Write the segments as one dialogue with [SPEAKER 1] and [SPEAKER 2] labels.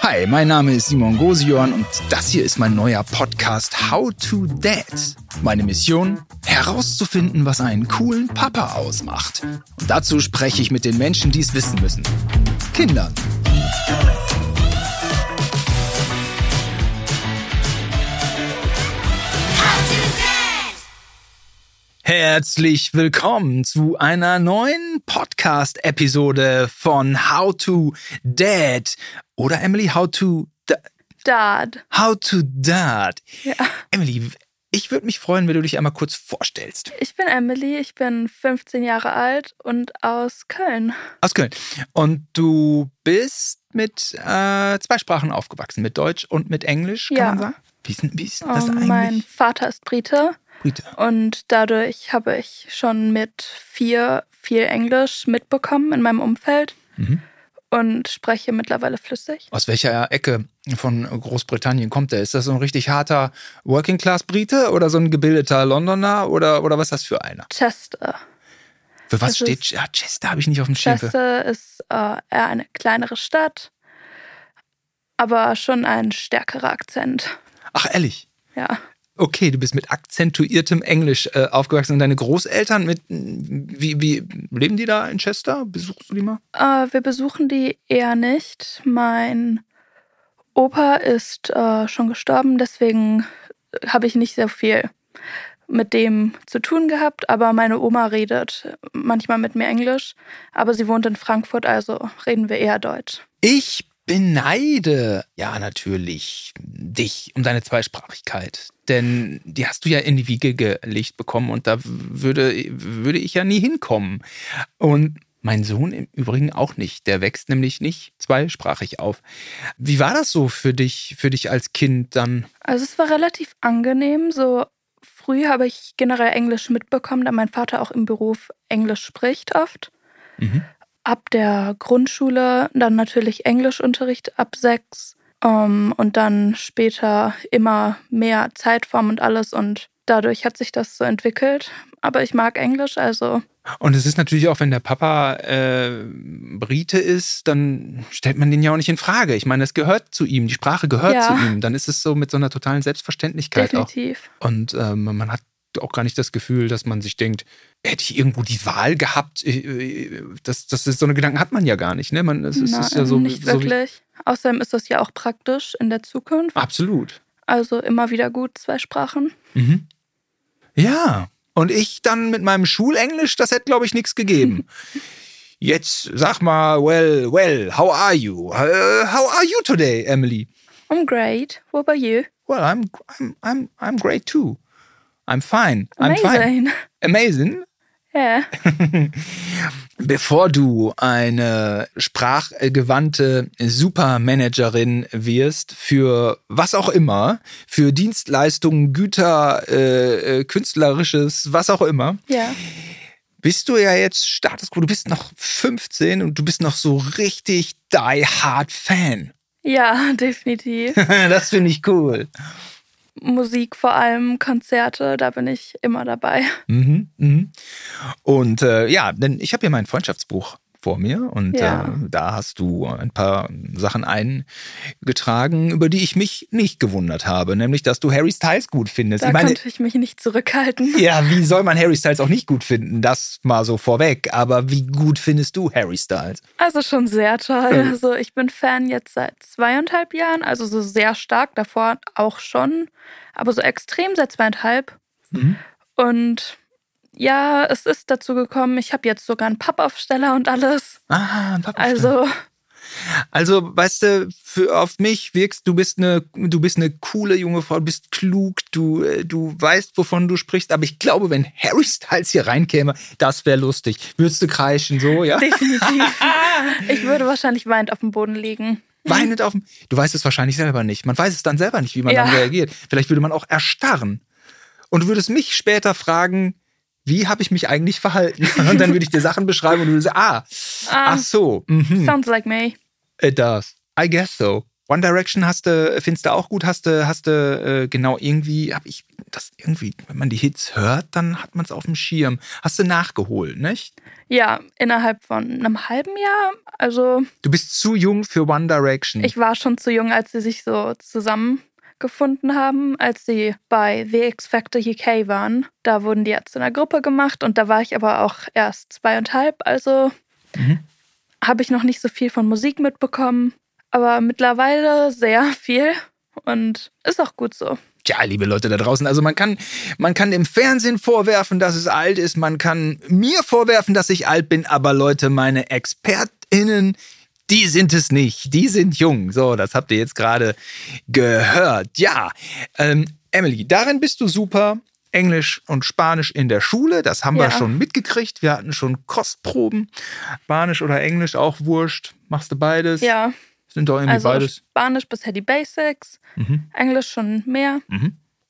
[SPEAKER 1] Hi, mein Name ist Simon Gosion und das hier ist mein neuer Podcast How to Dad. Meine Mission? Herauszufinden, was einen coolen Papa ausmacht. Und dazu spreche ich mit den Menschen, die es wissen müssen. Kindern. Herzlich willkommen zu einer neuen Podcast-Episode von How to Dad oder Emily How to da
[SPEAKER 2] Dad.
[SPEAKER 1] How to Dad.
[SPEAKER 2] Ja.
[SPEAKER 1] Emily, ich würde mich freuen, wenn du dich einmal kurz vorstellst.
[SPEAKER 2] Ich bin Emily, ich bin 15 Jahre alt und aus Köln.
[SPEAKER 1] Aus Köln. Und du bist mit äh, zwei Sprachen aufgewachsen, mit Deutsch und mit Englisch, kann
[SPEAKER 2] Ja.
[SPEAKER 1] man sagen? Wie ist, denn- wie ist denn das
[SPEAKER 2] Ähm, mein
[SPEAKER 1] eigentlich?
[SPEAKER 2] Vater ist Brite
[SPEAKER 1] Brite.
[SPEAKER 2] und dadurch habe ich schon mit vier viel Englisch mitbekommen in meinem Umfeld
[SPEAKER 1] Mhm.
[SPEAKER 2] und spreche mittlerweile flüssig.
[SPEAKER 1] Aus welcher Ecke von Großbritannien kommt der? Ist das so ein richtig harter Working-Class-Brite oder so ein gebildeter Londoner oder, oder was ist das für einer?
[SPEAKER 2] Chester.
[SPEAKER 1] Für was
[SPEAKER 2] Das
[SPEAKER 1] steht
[SPEAKER 2] ist-
[SPEAKER 1] ja, Chester? Habe ich nicht auf dem Schirm. Für-
[SPEAKER 2] Chester ist äh, eher eine kleinere Stadt, aber schon ein stärkerer Akzent.
[SPEAKER 1] Ach, ehrlich.
[SPEAKER 2] Ja.
[SPEAKER 1] Okay, du bist mit akzentuiertem Englisch äh, aufgewachsen und deine Großeltern mit. hm, Wie, wie leben die da in Chester? Besuchst du die mal?
[SPEAKER 2] Äh, wir besuchen die eher nicht. Mein Opa ist äh, schon gestorben, deswegen habe ich nicht sehr viel mit dem zu tun gehabt, aber meine Oma redet manchmal mit mir Englisch, aber sie wohnt in Frankfurt, also reden wir eher Deutsch.
[SPEAKER 1] Ich beneide ja natürlich dich um deine Zweisprachigkeit. Denn die hast du ja in die Wiege gelegt bekommen und da würde, würde ich ja nie hinkommen. Und mein Sohn im Übrigen auch nicht. Der wächst nämlich nicht zweisprachig auf. Wie war das so für dich, für dich als Kind dann?
[SPEAKER 2] Also es war relativ angenehm, so früh habe ich generell Englisch mitbekommen, da mein Vater auch im Beruf Englisch spricht oft.
[SPEAKER 1] Mhm.
[SPEAKER 2] ab der Grundschule, dann natürlich Englischunterricht ab sechs ähm, und dann später immer mehr Zeitform und alles und dadurch hat sich das so entwickelt. Aber ich mag Englisch, also
[SPEAKER 1] Und es ist natürlich auch, wenn der Papa äh, Brite ist, dann stellt man den ja auch nicht in Frage. Ich meine, es gehört zu ihm, die Sprache gehört
[SPEAKER 2] Ja.
[SPEAKER 1] zu ihm. Dann ist es so mit so einer totalen Selbstverständlichkeit
[SPEAKER 2] definitiv.
[SPEAKER 1] halt auch. Und ähm, man hat auch gar nicht das Gefühl, dass man sich denkt, hätte ich irgendwo die Wahl gehabt, äh, das, das ist, so eine Gedanken hat man ja gar nicht. Ne? Man, es, ist- es ist ja
[SPEAKER 2] Nein,
[SPEAKER 1] so,
[SPEAKER 2] also nicht
[SPEAKER 1] so wie,
[SPEAKER 2] wirklich. Außerdem ist das ja auch praktisch in der Zukunft.
[SPEAKER 1] absolut.
[SPEAKER 2] Also immer wieder gut, zwei Sprachen.
[SPEAKER 1] Mhm. Ja, und ich dann mit meinem Schulenglisch, das hätte, glaube ich, nichts gegeben. Jetzt sag mal, well, well, how are you? Äh, how are you today, Emily?
[SPEAKER 2] I'm great. What about you?
[SPEAKER 1] Well, I'm, I'm, I'm, I'm great too. I'm fine. I'm fine.
[SPEAKER 2] Amazing.
[SPEAKER 1] Amazing.
[SPEAKER 2] Yeah.
[SPEAKER 1] Bevor du eine sprachgewandte Supermanagerin wirst für was auch immer, für Dienstleistungen, Güter, äh, äh, künstlerisches, was auch immer,
[SPEAKER 2] Ja.
[SPEAKER 1] bist du ja jetzt Status Quo, du bist noch 15 und du bist noch so richtig die Hard Fan.
[SPEAKER 2] Ja, definitiv.
[SPEAKER 1] das finde ich cool.
[SPEAKER 2] Musik vor allem, Konzerte, da bin ich immer dabei.
[SPEAKER 1] Mhm, mhm. Und äh, ja, denn ich habe hier mein Freundschaftsbuch vor mir und äh,
[SPEAKER 2] Ja.
[SPEAKER 1] da hast du ein paar Sachen eingetragen, über die ich mich nicht gewundert habe, nämlich dass du Harry Styles gut findest.
[SPEAKER 2] Da
[SPEAKER 1] Also ich meine,
[SPEAKER 2] konnte ich mich nicht zurückhalten.
[SPEAKER 1] ja, wie soll man Harry Styles auch nicht gut finden? Das mal so vorweg. Aber wie gut findest du Harry Styles?
[SPEAKER 2] Also schon sehr toll.
[SPEAKER 1] Mhm.
[SPEAKER 2] Also ich bin Fan jetzt seit zweieinhalb Jahren, also so sehr stark, davor auch schon, aber so extrem seit zweieinhalb.
[SPEAKER 1] Mhm.
[SPEAKER 2] Und ja, es ist dazu gekommen, ich habe jetzt sogar einen Pappaufsteller und alles.
[SPEAKER 1] Ah, ein Pappenstiel.
[SPEAKER 2] Also
[SPEAKER 1] Also, weißt du, für, auf mich wirkst du bist eine du bist eine coole junge Frau, du bist klug, du äh, du weißt, wovon du sprichst, aber ich glaube, wenn Harry Styles hier reinkäme, das wäre lustig. Würdest du kreischen so, ja?
[SPEAKER 2] definitiv. ich würde wahrscheinlich weinend auf dem Boden liegen.
[SPEAKER 1] Weinend auf dem Du weißt es wahrscheinlich selber nicht. Man weiß es dann selber nicht, wie man
[SPEAKER 2] Ja.
[SPEAKER 1] dann reagiert. Vielleicht würde man auch erstarren. Und du würdest mich später fragen, wie habe ich mich eigentlich verhalten? Und dann würde ich dir Sachen beschreiben und du würdest sagen, ah,
[SPEAKER 2] Ah,
[SPEAKER 1] ach so, mhm,
[SPEAKER 2] Sounds like me.
[SPEAKER 1] it does. I guess so. One Direction hast du, findest du auch gut, hast du, hast du äh, genau irgendwie, habe ich das irgendwie, wenn man die Hits hört, dann hat man es auf dem Schirm. Hast du nachgeholt, nicht?
[SPEAKER 2] Ja, innerhalb von einem halben Jahr. Also
[SPEAKER 1] Du bist zu jung für One Direction.
[SPEAKER 2] ich war schon zu jung, als sie sich so zusammengefunden haben, als sie bei The X Factor UK waren. Da wurden die ja zu einer Gruppe gemacht und da war ich aber auch erst zweieinhalb, also
[SPEAKER 1] Mhm.
[SPEAKER 2] habe ich noch nicht so viel von Musik mitbekommen, aber mittlerweile sehr viel und ist auch gut so.
[SPEAKER 1] Tja, liebe Leute da draußen, also man kann, man kann dem Fernsehen vorwerfen, dass es alt ist, man kann mir vorwerfen, dass ich alt bin, aber Leute, meine ExpertInnen, die sind es nicht, die sind jung. So, das habt ihr jetzt gerade gehört. Ja, ähm, Emily, darin bist du super. Englisch und Spanisch in der Schule, das haben wir
[SPEAKER 2] Ja.
[SPEAKER 1] schon mitgekriegt. Wir hatten schon Kostproben. Spanisch oder Englisch, auch wurscht. Machst du beides?
[SPEAKER 2] Ja,
[SPEAKER 1] Sind doch irgendwie
[SPEAKER 2] also
[SPEAKER 1] beides.
[SPEAKER 2] Spanisch bisher die Basics,
[SPEAKER 1] Mhm.
[SPEAKER 2] Englisch schon mehr.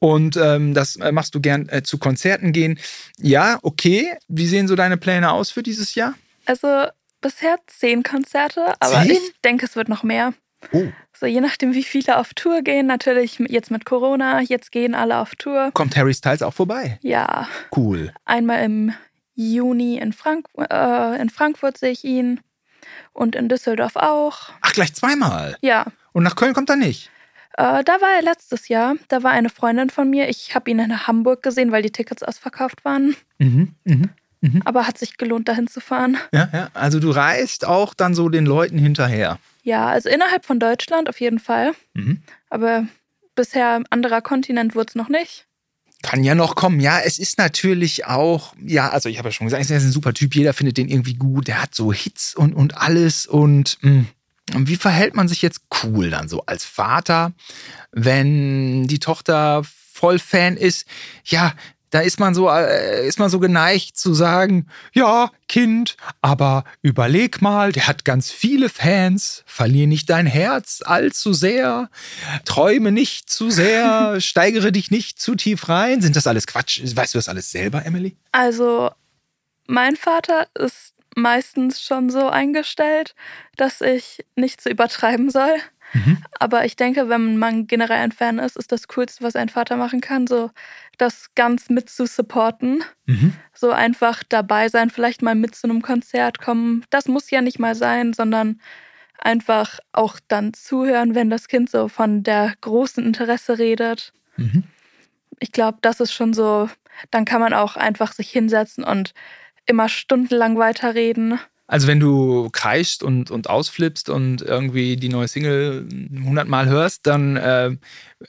[SPEAKER 1] Und ähm, das äh, machst du gern äh, zu Konzerten gehen. Ja, okay. Wie sehen so deine Pläne aus für dieses Jahr?
[SPEAKER 2] Also bisher zehn Konzerte, aber
[SPEAKER 1] Zehn?
[SPEAKER 2] ich denke, es wird noch mehr.
[SPEAKER 1] Oh.
[SPEAKER 2] So je nachdem, wie viele auf Tour gehen. Natürlich jetzt mit Corona, jetzt gehen alle auf Tour.
[SPEAKER 1] Kommt Harry Styles auch vorbei?
[SPEAKER 2] Ja,
[SPEAKER 1] Cool.
[SPEAKER 2] einmal im Juni in, Frank äh, in Frankfurt sehe ich ihn und in Düsseldorf auch.
[SPEAKER 1] Ach, gleich zweimal.
[SPEAKER 2] Ja,
[SPEAKER 1] Und nach Köln kommt er nicht.
[SPEAKER 2] Äh, da war er letztes Jahr. Da war eine Freundin von mir. Ich habe ihn in Hamburg gesehen, weil die Tickets ausverkauft waren.
[SPEAKER 1] Mhm, mhm.
[SPEAKER 2] Aber hat sich gelohnt, dahin zu fahren.
[SPEAKER 1] Ja, ja. Also du reist auch dann so den Leuten hinterher.
[SPEAKER 2] Ja, also innerhalb von Deutschland auf jeden Fall.
[SPEAKER 1] Mhm.
[SPEAKER 2] Aber bisher anderer Kontinent wurde es noch nicht.
[SPEAKER 1] Kann ja noch kommen. Ja, es ist natürlich auch, ja, also ich habe ja schon gesagt, er ist ein super Typ. Jeder findet den irgendwie gut. Der hat so Hits und, und alles. Und mh, wie verhält man sich jetzt cool dann so als Vater, wenn die Tochter voll Fan ist? Ja, da ist man so, äh, ist man so geneigt zu sagen, ja, Kind, aber überleg mal, der hat ganz viele Fans, verlier nicht dein Herz allzu sehr, träume nicht zu sehr, steigere dich nicht zu tief rein. Sind das alles Quatsch? Weißt du das alles selber, Emily?
[SPEAKER 2] Also mein Vater ist meistens schon so eingestellt, dass ich nicht zu übertreiben soll.
[SPEAKER 1] Mhm.
[SPEAKER 2] Aber ich denke, wenn man generell ein Fan ist, ist das Coolste, was ein Vater machen kann, so das ganz mit zu supporten.
[SPEAKER 1] Mhm.
[SPEAKER 2] so einfach dabei sein, vielleicht mal mit zu einem Konzert kommen. Das muss ja nicht mal sein, sondern einfach auch dann zuhören, wenn das Kind so von der großen Interesse redet.
[SPEAKER 1] Mhm.
[SPEAKER 2] Ich glaube, das ist schon so, dann kann man auch einfach sich hinsetzen und immer stundenlang weiterreden.
[SPEAKER 1] Also wenn du kreischst und, und ausflippst und irgendwie die neue Single hundertmal hörst, dann äh,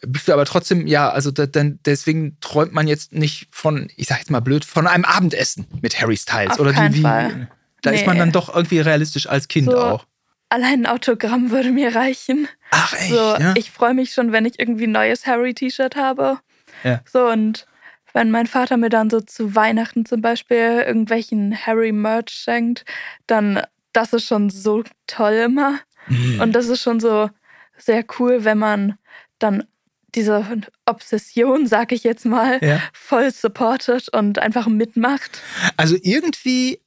[SPEAKER 1] bist du aber trotzdem, ja, also da, dann, deswegen träumt man jetzt nicht von, ich sag jetzt mal blöd, von einem Abendessen mit Harry Styles.
[SPEAKER 2] Auf
[SPEAKER 1] Oder
[SPEAKER 2] keinen
[SPEAKER 1] die, wie,
[SPEAKER 2] Fall.
[SPEAKER 1] Da ist man
[SPEAKER 2] Nee.
[SPEAKER 1] dann doch irgendwie realistisch als Kind
[SPEAKER 2] So,
[SPEAKER 1] auch.
[SPEAKER 2] Allein ein Autogramm würde mir reichen.
[SPEAKER 1] Ach echt,
[SPEAKER 2] so,
[SPEAKER 1] ja?
[SPEAKER 2] ich freue mich schon, wenn ich irgendwie ein neues Harry-T-Shirt habe.
[SPEAKER 1] Ja.
[SPEAKER 2] So, und wenn mein Vater mir dann so zu Weihnachten zum Beispiel irgendwelchen Harry-Merch schenkt, dann das ist schon so toll immer.
[SPEAKER 1] Hm.
[SPEAKER 2] Und das ist schon so sehr cool, wenn man dann diese Obsession, sag ich jetzt mal,
[SPEAKER 1] Ja.
[SPEAKER 2] voll supportet und einfach mitmacht.
[SPEAKER 1] Also irgendwie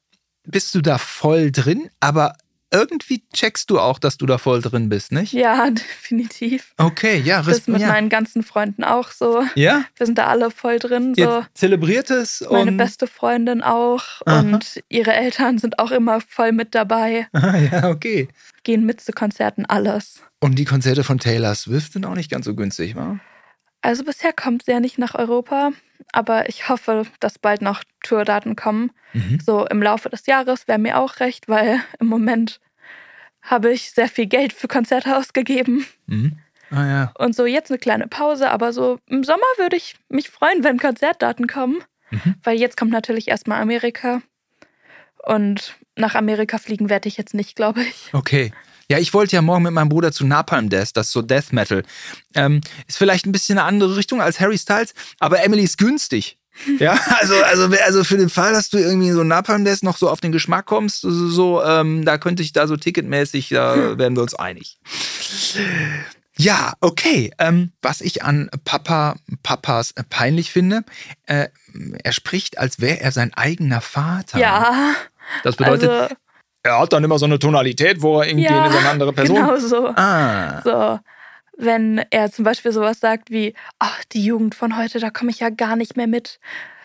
[SPEAKER 1] bist du da voll drin, aber irgendwie checkst du auch, dass du da voll drin bist, nicht?
[SPEAKER 2] Ja, definitiv.
[SPEAKER 1] Okay, ja,
[SPEAKER 2] Das mit
[SPEAKER 1] ja.
[SPEAKER 2] meinen ganzen Freunden auch so.
[SPEAKER 1] ja?
[SPEAKER 2] Wir sind da alle voll drin. So.
[SPEAKER 1] Ihr zelebriert es
[SPEAKER 2] Meine
[SPEAKER 1] und
[SPEAKER 2] beste Freundin auch
[SPEAKER 1] um Aha.
[SPEAKER 2] und ihre Eltern sind auch immer voll mit dabei,
[SPEAKER 1] Ah, ja, okay.
[SPEAKER 2] gehen mit zu Konzerten, alles.
[SPEAKER 1] Und die Konzerte von Taylor Swift sind auch nicht ganz so günstig, wa?
[SPEAKER 2] Also bisher kommt sie ja nicht nach Europa, aber ich hoffe, dass bald noch Tourdaten kommen. So im Laufe des Jahres wäre mir auch recht, weil im Moment habe ich sehr viel Geld für Konzerte ausgegeben.
[SPEAKER 1] Mhm. Ah ja.
[SPEAKER 2] Und so jetzt eine kleine Pause, aber so im Sommer würde ich mich freuen, wenn Konzertdaten kommen.
[SPEAKER 1] Mhm.
[SPEAKER 2] Weil jetzt kommt natürlich erstmal Amerika. Und nach Amerika fliegen werde ich jetzt nicht, glaube ich.
[SPEAKER 1] Okay. Ja, ich wollte ja morgen mit meinem Bruder zu Napalm Death, das ist so Death Metal. Ähm, ist vielleicht ein bisschen eine andere Richtung als Harry Styles, aber Emily ist günstig. Ja, also, also, wer- also für den Fall, dass du irgendwie so Napalm Death noch so auf den Geschmack kommst, so, so ähm, da könnte ich da so ticketmäßig,
[SPEAKER 2] Hm.
[SPEAKER 1] da werden wir uns einig. Ja, okay. Ähm, was ich an Papa, Papas peinlich finde, äh, er spricht, als wäre er sein eigener Vater.
[SPEAKER 2] Ja,
[SPEAKER 1] Das bedeutet,
[SPEAKER 2] also
[SPEAKER 3] Er hat dann immer so eine Tonalität, wo er irgendwie
[SPEAKER 2] Ja,
[SPEAKER 3] über eine andere Person.
[SPEAKER 2] Genau so.
[SPEAKER 1] Ah.
[SPEAKER 2] So, wenn er zum Beispiel sowas sagt wie, ach, die Jugend von heute, da komme ich ja gar nicht mehr mit.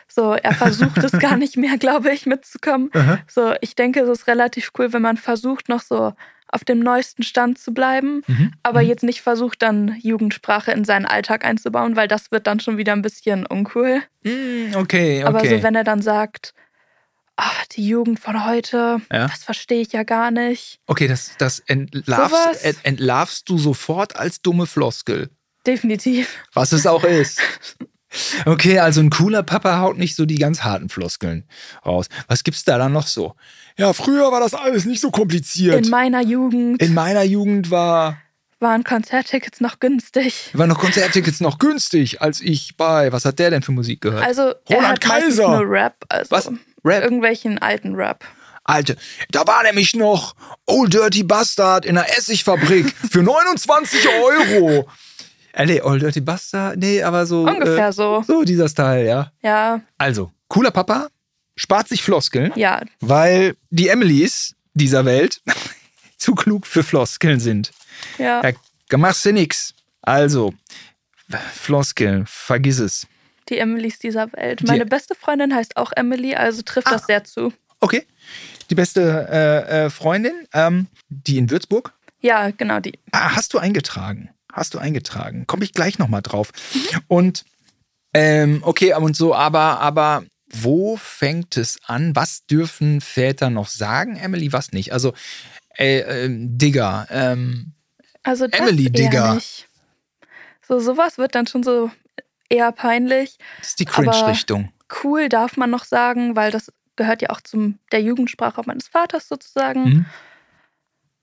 [SPEAKER 2] So, er versucht es gar nicht mehr, glaube ich, mitzukommen. So, ich denke, es ist relativ cool, wenn man versucht, noch so auf dem neuesten Stand zu bleiben,
[SPEAKER 1] Mhm.
[SPEAKER 2] aber jetzt nicht versucht, dann Jugendsprache in seinen Alltag einzubauen, weil das wird dann schon wieder ein bisschen uncool.
[SPEAKER 1] Mm, Okay, okay.
[SPEAKER 2] Mhm. Aber so, wenn er dann sagt, ach, die Jugend von heute,
[SPEAKER 1] Ja.
[SPEAKER 2] das verstehe ich ja gar nicht.
[SPEAKER 1] okay, das, das
[SPEAKER 2] Sowas.
[SPEAKER 1] entlarvst, ent, entlarvst du sofort als dumme Floskel.
[SPEAKER 2] Definitiv.
[SPEAKER 1] Was es auch ist. Okay, also ein cooler Papa haut nicht so die ganz harten Floskeln raus. Was gibt's da dann noch so?
[SPEAKER 3] Ja, früher war das alles nicht so kompliziert.
[SPEAKER 2] In meiner Jugend.
[SPEAKER 3] In meiner Jugend war,
[SPEAKER 2] waren Konzerttickets noch günstig.
[SPEAKER 1] Waren noch Konzerttickets noch günstig, als ich bei, was hat der denn für Musik gehört?
[SPEAKER 2] Also
[SPEAKER 3] Roland
[SPEAKER 2] er hat meistens
[SPEAKER 3] Kaiser.
[SPEAKER 2] nur Rap, also
[SPEAKER 1] Was? Rap?
[SPEAKER 2] irgendwelchen alten Rap.
[SPEAKER 3] Alte, da war nämlich noch Old Dirty Bastard in der Essigfabrik für 29 Euro.
[SPEAKER 1] Äh, nee, Old Dirty Bastard, nee, aber so.
[SPEAKER 2] Ungefähr
[SPEAKER 1] äh,
[SPEAKER 2] so.
[SPEAKER 1] So dieser Style, ja.
[SPEAKER 2] Ja,
[SPEAKER 1] Also, cooler Papa spart sich Floskeln,
[SPEAKER 2] ja,
[SPEAKER 1] weil die Emilys dieser Welt zu klug für Floskeln sind.
[SPEAKER 2] ja.
[SPEAKER 1] Da machst du nix. Also, Floskeln, vergiss es.
[SPEAKER 2] Die Emilys dieser Welt. Meine beste Freundin heißt auch Emily, also trifft das sehr zu.
[SPEAKER 1] Okay. Die beste äh, äh, Freundin, ähm, die in Würzburg,
[SPEAKER 2] Ja, genau die.
[SPEAKER 1] Ah, hast du eingetragen. Hast du eingetragen. Komme ich gleich nochmal drauf. Und ähm, okay, und so, aber, aber wo fängt es an? Was dürfen Väter noch sagen, Emily? Was nicht? Also, äh, ähm, Digger, ähm,
[SPEAKER 2] Also das
[SPEAKER 1] Emily,
[SPEAKER 2] eher
[SPEAKER 1] Digga.
[SPEAKER 2] nicht. So sowas wird dann schon so eher peinlich.
[SPEAKER 1] das ist die
[SPEAKER 2] Aber-
[SPEAKER 1] Cringe-Richtung.
[SPEAKER 2] Cool darf man noch sagen, weil das gehört ja auch zum der Jugendsprache meines Vaters sozusagen.
[SPEAKER 1] Mhm.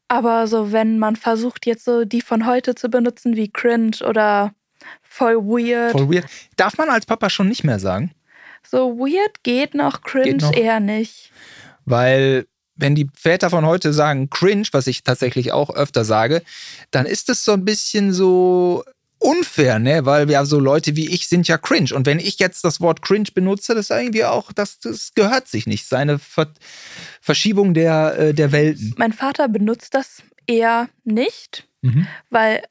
[SPEAKER 2] Aber so, wenn man versucht, jetzt so die von heute zu benutzen, wie cringe oder voll weird.
[SPEAKER 1] Voll weird. Darf man als Papa schon nicht mehr sagen?
[SPEAKER 2] So weird geht noch, cringe
[SPEAKER 1] Geht noch.
[SPEAKER 2] eher nicht.
[SPEAKER 1] Weil wenn die Väter von heute sagen cringe, was ich tatsächlich auch öfter sage, dann ist es so ein bisschen so unfair, ne? Weil ja so Leute wie ich sind ja cringe. Und wenn ich jetzt das Wort cringe benutze, das ist irgendwie auch, das, das gehört sich nicht. Seine Ver Verschiebung der, äh, der Welten.
[SPEAKER 2] Mein Vater benutzt das eher nicht,
[SPEAKER 1] Mhm.
[SPEAKER 2] weil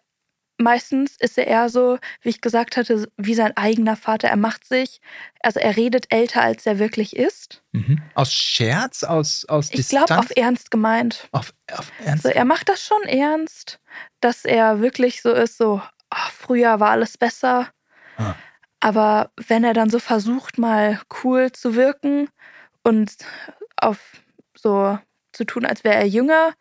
[SPEAKER 2] meistens ist er eher so, wie ich gesagt hatte, wie sein eigener Vater. Er macht sich, also er redet älter, als er wirklich ist.
[SPEAKER 1] Mhm. Aus Scherz, aus, aus
[SPEAKER 2] Ich
[SPEAKER 1] Distanz.
[SPEAKER 2] glaube, auf ernst gemeint.
[SPEAKER 1] auf, auf Ernst.
[SPEAKER 2] Also er macht das schon ernst, dass er wirklich so ist, so, "Ah, früher war alles besser.
[SPEAKER 1] Ah.
[SPEAKER 2] Aber wenn er dann so versucht, mal cool zu wirken und auf so zu tun, als wäre er jünger,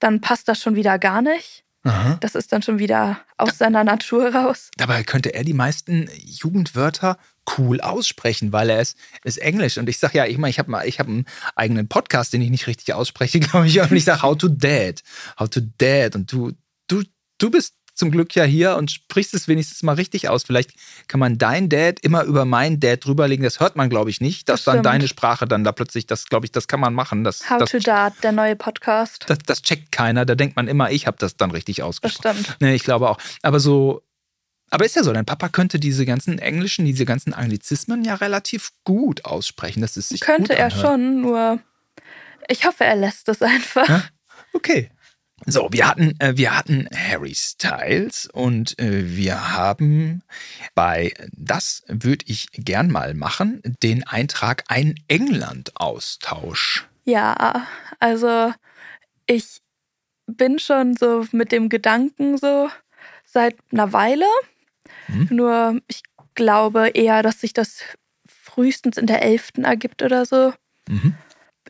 [SPEAKER 2] dann passt das schon wieder gar nicht.
[SPEAKER 1] Aha.
[SPEAKER 2] Das ist dann schon wieder aus seiner Natur raus.
[SPEAKER 1] Dabei könnte er die meisten Jugendwörter cool aussprechen, weil er ist, ist Englisch. Und ich sage ja, ich meine, ich habe mal, ich habe einen eigenen Podcast, den ich nicht richtig ausspreche, glaube ich. Und ich sage How to Dad, How to Dad. Und du, du, du bist zum Glück ja hier und sprichst es wenigstens mal richtig aus. Vielleicht kann man dein Dad immer über mein Dad drüberlegen. Das hört man, glaube ich, nicht. Dass
[SPEAKER 2] Das
[SPEAKER 1] dann
[SPEAKER 2] stimmt.
[SPEAKER 1] deine Sprache dann da plötzlich, das glaube ich, das kann man machen. Das,
[SPEAKER 2] How
[SPEAKER 1] das,
[SPEAKER 2] to Dart, der neue Podcast.
[SPEAKER 1] das, das checkt keiner. Da denkt man immer, ich habe das dann richtig
[SPEAKER 2] Das
[SPEAKER 1] ausgesprochen.
[SPEAKER 2] stimmt.
[SPEAKER 1] Nee, ich glaube auch. Aber so, aber ist ja so, dein Papa könnte diese ganzen englischen, diese ganzen Anglizismen ja relativ gut aussprechen. Das ist sich
[SPEAKER 2] Könnte
[SPEAKER 1] gut
[SPEAKER 2] er
[SPEAKER 1] anhört.
[SPEAKER 2] schon, nur ich hoffe, er lässt es einfach.
[SPEAKER 1] Okay. So, wir hatten, äh, wir hatten Harry Styles und äh, wir haben bei Das würde ich gern mal machen, den Eintrag Ein England-Austausch.
[SPEAKER 2] Ja, also ich bin schon so mit dem Gedanken so seit einer Weile.
[SPEAKER 1] Mhm.
[SPEAKER 2] Nur ich glaube eher, dass sich das frühestens in der 11. ergibt oder so.
[SPEAKER 1] Mhm.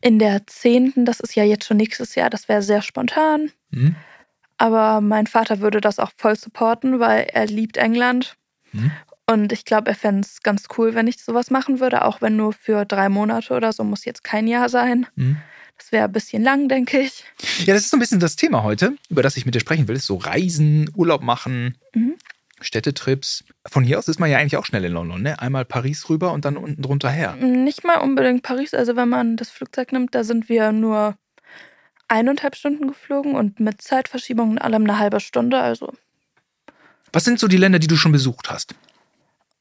[SPEAKER 2] In der 10., das ist ja jetzt schon nächstes Jahr, das wäre sehr spontan.
[SPEAKER 1] Hm?
[SPEAKER 2] Aber mein Vater würde das auch voll supporten, weil er liebt England.
[SPEAKER 1] Mhm.
[SPEAKER 2] Und ich glaube, er fände es ganz cool, wenn ich sowas machen würde, auch wenn nur für drei Monate oder so, muss jetzt kein Jahr sein.
[SPEAKER 1] Mhm.
[SPEAKER 2] Das wäre ein bisschen lang, denke ich.
[SPEAKER 1] Ja, das ist so ein bisschen das Thema heute, über das ich mit dir sprechen will. Ist so Reisen, Urlaub machen,
[SPEAKER 2] Mhm.
[SPEAKER 1] Städtetrips. Von hier aus ist man ja eigentlich auch schnell in London, ne? Einmal Paris rüber und dann unten drunter her.
[SPEAKER 2] Nicht mal unbedingt Paris. Also wenn man das Flugzeug nimmt, da sind wir nur eineinhalb Stunden geflogen und mit Zeitverschiebung und allem eine halbe Stunde. Also
[SPEAKER 1] Was sind so die Länder, die du schon besucht hast?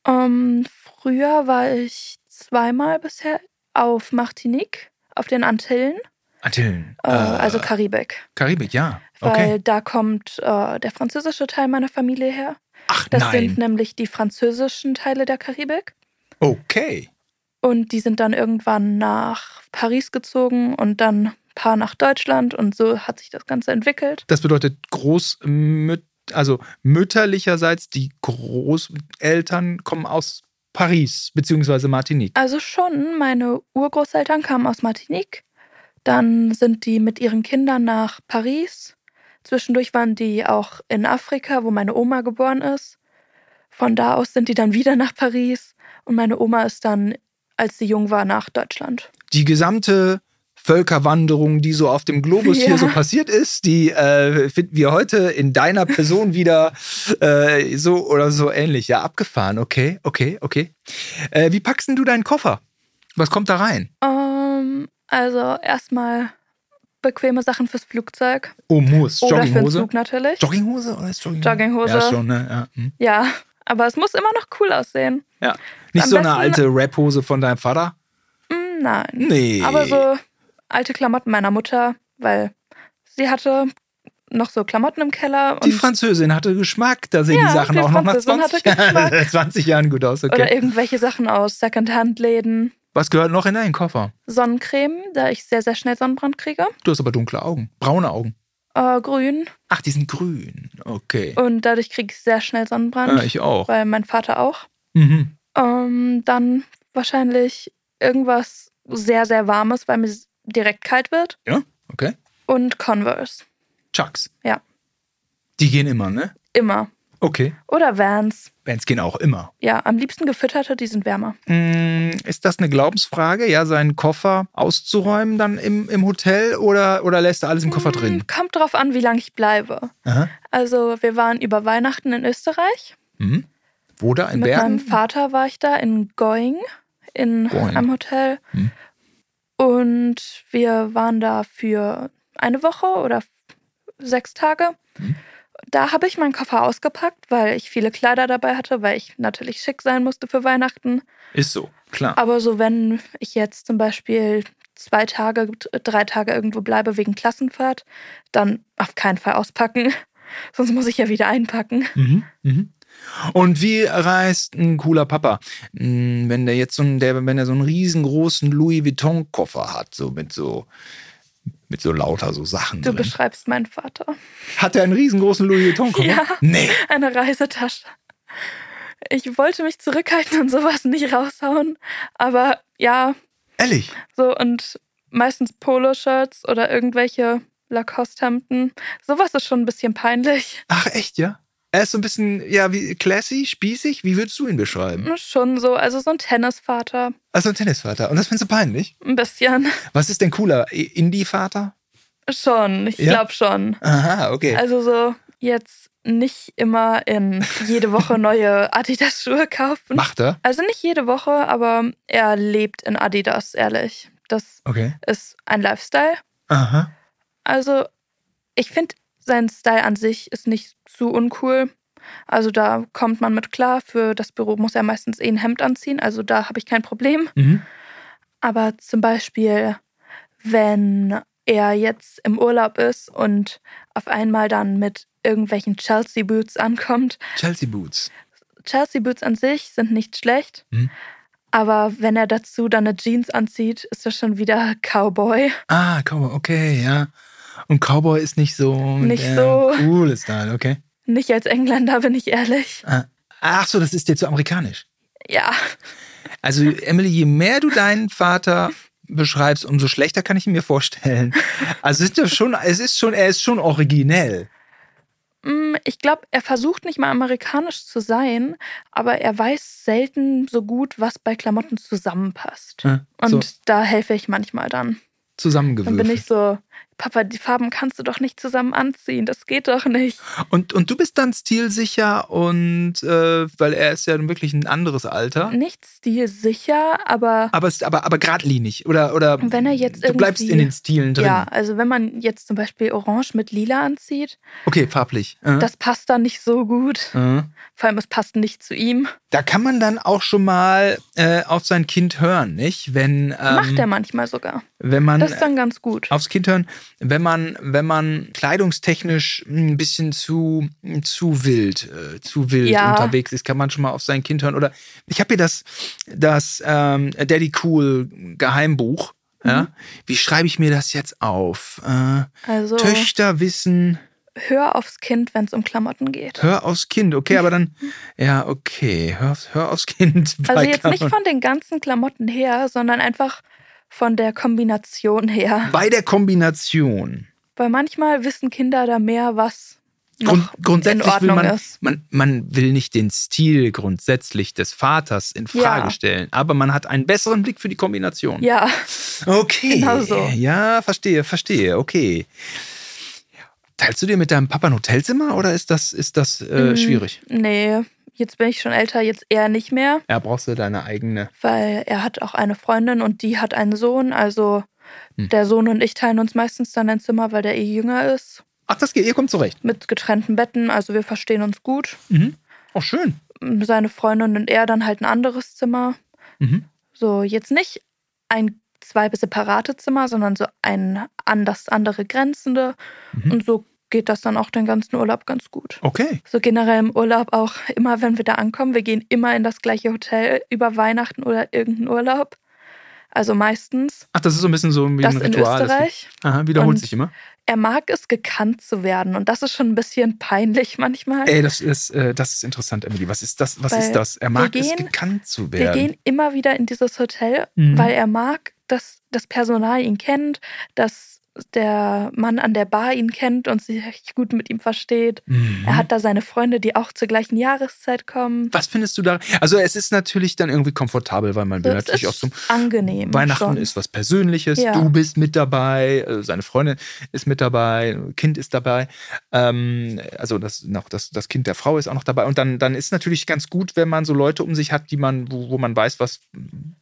[SPEAKER 2] ähm, früher war ich zweimal bisher auf Martinique, auf den Antillen.
[SPEAKER 1] Antillen.
[SPEAKER 2] äh, also Karibik.
[SPEAKER 1] Karibik, ja.
[SPEAKER 2] Weil
[SPEAKER 1] Ah. Okay.
[SPEAKER 2] da kommt äh, der französische Teil meiner Familie her.
[SPEAKER 1] Ach
[SPEAKER 2] Das sind ne-
[SPEAKER 1] nein.
[SPEAKER 2] nämlich die französischen Teile der Karibik.
[SPEAKER 1] Okay.
[SPEAKER 2] Und die sind dann irgendwann nach Paris gezogen und dann ein paar nach Deutschland. Und so hat sich das Ganze entwickelt.
[SPEAKER 1] Das bedeutet Großmüt also mütterlicherseits die Großeltern kommen aus Paris beziehungsweise Martinique.
[SPEAKER 2] Also schon, meine Urgroßeltern kamen aus Martinique. Dann sind die mit ihren Kindern nach Paris. Zwischendurch waren die auch in Afrika, wo meine Oma geboren ist. Von da aus sind die dann wieder nach Paris. Und meine Oma ist dann, als sie jung war, nach Deutschland.
[SPEAKER 1] Die gesamte Völkerwanderung, die so auf dem Globus
[SPEAKER 2] Ja.
[SPEAKER 1] hier so passiert ist, die äh, finden wir heute in deiner Person wieder äh, so oder so ähnlich. Ja, abgefahren. Okay, okay, okay. Äh, wie packst denn du deinen Koffer? Was kommt da rein?
[SPEAKER 2] Ähm, also erstmal bequeme Sachen fürs Flugzeug
[SPEAKER 1] Oh, muss.
[SPEAKER 2] oder für den
[SPEAKER 1] Jogginghose.
[SPEAKER 2] Zug natürlich.
[SPEAKER 1] Jogginghose oder ist Jogginghose?
[SPEAKER 2] Jogginghose.
[SPEAKER 1] Ja, schon, ne? Ja. Hm.
[SPEAKER 2] ja, aber es muss immer noch cool aussehen.
[SPEAKER 1] ja. Nicht
[SPEAKER 2] Am
[SPEAKER 1] so eine
[SPEAKER 2] besten-
[SPEAKER 1] alte Rap-Hose von deinem Vater?
[SPEAKER 2] Mm, Nein.
[SPEAKER 1] Nee.
[SPEAKER 2] Aber so alte Klamotten meiner Mutter, weil sie hatte noch so Klamotten im Keller.
[SPEAKER 1] Die
[SPEAKER 2] und-
[SPEAKER 1] Französin hatte Geschmack, da sehen
[SPEAKER 2] Ja,
[SPEAKER 1] die Sachen
[SPEAKER 2] die
[SPEAKER 1] auch noch nach
[SPEAKER 2] Französin
[SPEAKER 1] 20
[SPEAKER 2] hatte
[SPEAKER 1] Jahren,
[SPEAKER 2] Geschmack.
[SPEAKER 1] 20 Jahren gut aus.
[SPEAKER 2] Oder
[SPEAKER 1] Okay.
[SPEAKER 2] irgendwelche Sachen aus Secondhand-Läden.
[SPEAKER 1] Was gehört noch in deinen Koffer?
[SPEAKER 2] Sonnencreme, da ich sehr, sehr schnell Sonnenbrand kriege.
[SPEAKER 1] Du hast aber dunkle Augen, braune Augen.
[SPEAKER 2] Äh, grün.
[SPEAKER 1] Ach, die sind grün. Okay.
[SPEAKER 2] Und dadurch kriege ich sehr schnell Sonnenbrand.
[SPEAKER 1] Ja, ich auch.
[SPEAKER 2] Weil mein Vater auch.
[SPEAKER 1] Mhm.
[SPEAKER 2] Ähm, dann wahrscheinlich irgendwas sehr, sehr Warmes, weil mir s- direkt kalt wird.
[SPEAKER 1] Ja, okay.
[SPEAKER 2] Und Converse.
[SPEAKER 1] Chucks.
[SPEAKER 2] Ja.
[SPEAKER 1] Die gehen immer, ne?
[SPEAKER 2] Immer.
[SPEAKER 1] Okay.
[SPEAKER 2] Oder Vans.
[SPEAKER 1] Bands gehen auch immer.
[SPEAKER 2] Ja, am liebsten gefütterte, die sind wärmer.
[SPEAKER 1] Mm, Ist das eine Glaubensfrage, ja, seinen Koffer auszuräumen dann im, im Hotel oder, oder lässt er alles im Koffer drin?
[SPEAKER 2] Hm, Kommt drauf an, wie lange ich bleibe.
[SPEAKER 1] Mm. Aha.
[SPEAKER 2] Also wir waren über Weihnachten in Österreich.
[SPEAKER 1] Mhm. Wo da in
[SPEAKER 2] Mit meinem
[SPEAKER 1] Bern?
[SPEAKER 2] Vater war ich da in Going, in
[SPEAKER 1] Going.
[SPEAKER 2] einem Hotel.
[SPEAKER 1] Hm.
[SPEAKER 2] Und wir waren da für eine Woche oder sechs Tage.
[SPEAKER 1] Hm.
[SPEAKER 2] Da habe ich meinen Koffer ausgepackt, weil ich viele Kleider dabei hatte, weil ich natürlich schick sein musste für Weihnachten.
[SPEAKER 1] Ist so, klar.
[SPEAKER 2] Aber so wenn ich jetzt zum Beispiel zwei Tage, drei Tage irgendwo bleibe wegen Klassenfahrt, dann auf keinen Fall auspacken. Sonst muss ich ja wieder einpacken.
[SPEAKER 1] Mhm, mhm. Und wie reist ein cooler Papa, Mm, wenn der jetzt so ein, der, wenn er so einen riesengroßen Louis Vuitton Koffer hat, so mit so mit so lauter so Sachen
[SPEAKER 2] Du
[SPEAKER 1] drin.
[SPEAKER 2] beschreibst meinen Vater.
[SPEAKER 1] Hat er einen riesengroßen Louis Vuitton Koffer?
[SPEAKER 2] Ja.
[SPEAKER 1] Nee.
[SPEAKER 2] Eine Reisetasche. Ich wollte mich zurückhalten und sowas nicht raushauen. Aber ja,
[SPEAKER 1] Ehrlich?
[SPEAKER 2] so und meistens Poloshirts oder irgendwelche Lacoste-Hemden. Sowas ist schon ein bisschen peinlich.
[SPEAKER 1] Ach echt, ja? Er ist so ein bisschen, ja, wie classy, spießig. Wie würdest du ihn beschreiben?
[SPEAKER 2] Schon so, also so ein Tennisvater.
[SPEAKER 1] Also ein Tennisvater. Und das findest du peinlich?
[SPEAKER 2] Ein bisschen.
[SPEAKER 1] Was ist denn cooler? I- Indie-Vater?
[SPEAKER 2] Schon, ich
[SPEAKER 1] Ja?
[SPEAKER 2] glaube schon.
[SPEAKER 1] Aha, okay.
[SPEAKER 2] Also so jetzt nicht immer in jede Woche neue Adidas-Schuhe kaufen.
[SPEAKER 1] Macht er?
[SPEAKER 2] Also nicht jede Woche, aber er lebt in Adidas, ehrlich. Das
[SPEAKER 1] Okay.
[SPEAKER 2] ist ein Lifestyle.
[SPEAKER 1] Aha.
[SPEAKER 2] Also ich finde, sein Style an sich ist nicht zu uncool. Also da kommt man mit klar. Für das Büro muss er meistens eh ein Hemd anziehen. Also da habe ich kein Problem.
[SPEAKER 1] Mhm.
[SPEAKER 2] Aber zum Beispiel, wenn er jetzt im Urlaub ist und auf einmal dann mit irgendwelchen Chelsea Boots ankommt.
[SPEAKER 1] Chelsea Boots.
[SPEAKER 2] Chelsea Boots an sich sind nicht schlecht,
[SPEAKER 1] Mhm.
[SPEAKER 2] aber wenn er dazu dann eine Jeans anzieht, ist er schon wieder Cowboy.
[SPEAKER 1] Ah, Cowboy, okay, ja. Und Cowboy ist nicht so
[SPEAKER 2] Nicht
[SPEAKER 1] der
[SPEAKER 2] so.
[SPEAKER 1] coole Style, okay.
[SPEAKER 2] Nicht als Engländer, bin ich ehrlich.
[SPEAKER 1] Ah. Ach so, das ist dir zu amerikanisch.
[SPEAKER 2] Ja,
[SPEAKER 1] Also, Emily, je mehr du deinen Vater beschreibst, umso schlechter kann ich ihn mir vorstellen. Also, es ist ja schon, es ist schon, er ist schon originell.
[SPEAKER 2] Mm, ich glaube, er versucht nicht mal amerikanisch zu sein, aber er weiß selten so gut, was bei Klamotten zusammenpasst.
[SPEAKER 1] Ja, so.
[SPEAKER 2] Und da helfe ich manchmal dann. Dann
[SPEAKER 1] äh, Zusammengewürfelt.
[SPEAKER 2] bin ich so, Papa, die Farben kannst du doch nicht zusammen anziehen. Das geht doch nicht.
[SPEAKER 1] Und, und du bist dann stilsicher und äh, weil er ist ja nun wirklich ein anderes Alter.
[SPEAKER 2] Nicht stilsicher, aber
[SPEAKER 1] Aber, es- aber, aber geradlinig. Oder, oder
[SPEAKER 2] Wenn er jetzt
[SPEAKER 1] du bleibst in
[SPEAKER 2] irgendwie-
[SPEAKER 1] den Stilen drin.
[SPEAKER 2] ja, also wenn man jetzt zum Beispiel Orange mit Lila anzieht,
[SPEAKER 1] Okay, farblich. Äh.
[SPEAKER 2] das passt dann nicht so gut.
[SPEAKER 1] äh.
[SPEAKER 2] Vor allem, es passt nicht zu ihm.
[SPEAKER 1] Da kann man dann auch schon mal äh, auf sein Kind hören, nicht? Wenn, ähm, äh,
[SPEAKER 2] Macht er manchmal sogar.
[SPEAKER 1] wenn man
[SPEAKER 2] Das ist dann ganz gut.
[SPEAKER 1] aufs Kind hören, wenn man, wenn man kleidungstechnisch ein bisschen zu, zu wild, äh, zu wild
[SPEAKER 2] Ja.
[SPEAKER 1] unterwegs ist, kann man schon mal auf sein Kind hören. Oder ich habe hier das, das ähm, Daddy Cool Geheimbuch.
[SPEAKER 2] Mhm.
[SPEAKER 1] Ja? Wie schreibe ich mir das jetzt auf? Äh,
[SPEAKER 2] Also
[SPEAKER 1] Töchter wissen,
[SPEAKER 2] hör aufs Kind, wenn es um Klamotten geht.
[SPEAKER 1] hör aufs Kind. Okay, aber dann, ja, okay, hör, aufs- hör aufs Kind.
[SPEAKER 2] Also
[SPEAKER 1] Bei
[SPEAKER 2] jetzt nicht
[SPEAKER 1] Klamotten.
[SPEAKER 2] von den ganzen Klamotten her, sondern einfach von der Kombination her.
[SPEAKER 1] bei der Kombination.
[SPEAKER 2] Weil manchmal wissen Kinder da mehr, was
[SPEAKER 1] Grund,
[SPEAKER 2] noch
[SPEAKER 1] grundsätzlich
[SPEAKER 2] in
[SPEAKER 1] will
[SPEAKER 2] Ordnung
[SPEAKER 1] man,
[SPEAKER 2] ist.
[SPEAKER 1] man, man will nicht den Stil grundsätzlich des Vaters in Frage
[SPEAKER 2] Ja.
[SPEAKER 1] stellen, aber man hat einen besseren Blick für die Kombination.
[SPEAKER 2] Ja,
[SPEAKER 1] Okay.
[SPEAKER 2] Genau so.
[SPEAKER 1] Ja, verstehe, verstehe. Okay. Teilst du dir mit deinem Papa ein Hotelzimmer oder ist das, ist das äh,
[SPEAKER 2] Mhm.
[SPEAKER 1] schwierig?
[SPEAKER 2] nee, jetzt bin ich schon älter, jetzt eher nicht mehr,
[SPEAKER 1] Ja, brauchst du deine eigene.
[SPEAKER 2] weil er hat auch eine Freundin und die hat einen Sohn. Also der Sohn und ich teilen uns meistens dann ein Zimmer, weil der eh jünger ist.
[SPEAKER 1] Ach, das geht, ihr kommt zurecht.
[SPEAKER 2] Mit getrennten Betten, also wir verstehen uns gut.
[SPEAKER 1] Auch Oh, schön.
[SPEAKER 2] seine Freundin und er dann halt ein anderes Zimmer.
[SPEAKER 1] Mhm.
[SPEAKER 2] So, jetzt nicht ein zwei separate Zimmer, sondern so ein an das andere grenzende. Und so geht das dann auch den ganzen Urlaub ganz gut.
[SPEAKER 1] Okay.
[SPEAKER 2] So generell im Urlaub auch immer, wenn wir da ankommen, wir gehen immer in das gleiche Hotel über Weihnachten oder irgendeinen Urlaub. Also meistens.
[SPEAKER 1] Ach, das ist so ein bisschen so wie
[SPEAKER 2] Das
[SPEAKER 1] ein
[SPEAKER 2] in
[SPEAKER 1] Ritual. das-
[SPEAKER 2] Österreich.
[SPEAKER 1] Aha, wiederholt
[SPEAKER 2] Und-
[SPEAKER 1] sich immer.
[SPEAKER 2] Er mag es, gekannt zu werden. Und das ist schon ein bisschen peinlich manchmal.
[SPEAKER 1] Ey, das ist, äh, das ist interessant, Emily. Was ist das? Was
[SPEAKER 2] Weil
[SPEAKER 1] ist das? Er
[SPEAKER 2] wir
[SPEAKER 1] mag es,
[SPEAKER 2] gehen-
[SPEAKER 1] gekannt zu
[SPEAKER 2] Wir
[SPEAKER 1] werden.
[SPEAKER 2] gehen immer wieder in dieses Hotel,
[SPEAKER 1] Mhm.
[SPEAKER 2] weil er mag, dass das Personal ihn kennt, dass der Mann an der Bar ihn kennt und sich gut mit ihm versteht.
[SPEAKER 1] Mhm.
[SPEAKER 2] Er hat da seine Freunde, die auch zur gleichen Jahreszeit kommen.
[SPEAKER 1] Was findest du da? Also es ist natürlich dann irgendwie komfortabel, weil man will
[SPEAKER 2] es
[SPEAKER 1] natürlich auch
[SPEAKER 2] ist
[SPEAKER 1] zum
[SPEAKER 2] angenehm.
[SPEAKER 1] Weihnachten
[SPEAKER 2] schon.
[SPEAKER 1] ist was Persönliches.
[SPEAKER 2] Ja.
[SPEAKER 1] Du bist mit dabei, äh, seine Freundin ist mit dabei, Kind ist dabei. Ähm, also das noch das, das Kind der Frau ist auch noch dabei. Und dann, dann ist natürlich ganz gut, wenn man so Leute um sich hat, die man wo, wo man weiß, was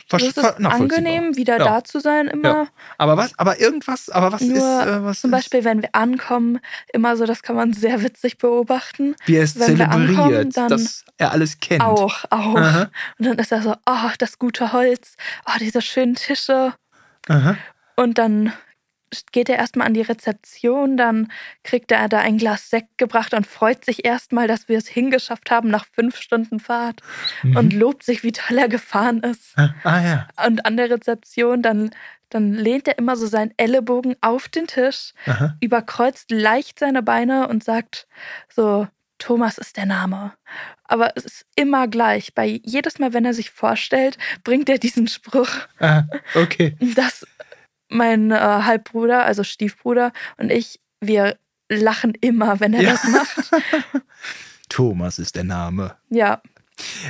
[SPEAKER 1] ver-
[SPEAKER 2] Also es
[SPEAKER 1] ver-
[SPEAKER 2] ist
[SPEAKER 1] nachvollziehbar.
[SPEAKER 2] angenehm, wieder
[SPEAKER 1] Ja.
[SPEAKER 2] da zu sein immer.
[SPEAKER 1] Aber was? Aber irgendwas? Aber was
[SPEAKER 2] Nur
[SPEAKER 1] ist? Äh, was
[SPEAKER 2] zum
[SPEAKER 1] ist,
[SPEAKER 2] Beispiel, wenn wir ankommen, immer so, das kann man sehr witzig beobachten.
[SPEAKER 1] wie er es
[SPEAKER 2] wenn wir
[SPEAKER 1] zelebriert,
[SPEAKER 2] ankommen, dann-
[SPEAKER 1] dass er alles kennt.
[SPEAKER 2] Auch, auch.
[SPEAKER 1] Aha.
[SPEAKER 2] Und dann ist er so, oh, das gute Holz, oh, diese schönen Tische.
[SPEAKER 1] Aha.
[SPEAKER 2] Und dann geht er erstmal an die Rezeption, dann kriegt er da ein Glas Sekt gebracht und freut sich erstmal, dass wir es hingeschafft haben nach fünf Stunden Fahrt
[SPEAKER 1] Mhm.
[SPEAKER 2] und lobt sich, wie toll er gefahren ist.
[SPEAKER 1] Ah ja.
[SPEAKER 2] Und an der Rezeption, dann, dann lehnt er immer so seinen Ellenbogen auf den Tisch,
[SPEAKER 1] Aha.
[SPEAKER 2] überkreuzt leicht seine Beine und sagt so, Thomas ist der Name. Aber es ist immer gleich. Bei jedes Mal, wenn er sich vorstellt, bringt er diesen Spruch
[SPEAKER 1] Ah, okay.
[SPEAKER 2] dass mein äh, Halbbruder, also Stiefbruder und ich, wir lachen immer, wenn er
[SPEAKER 1] Ja.
[SPEAKER 2] das macht.
[SPEAKER 1] Thomas ist der Name.
[SPEAKER 2] Ja,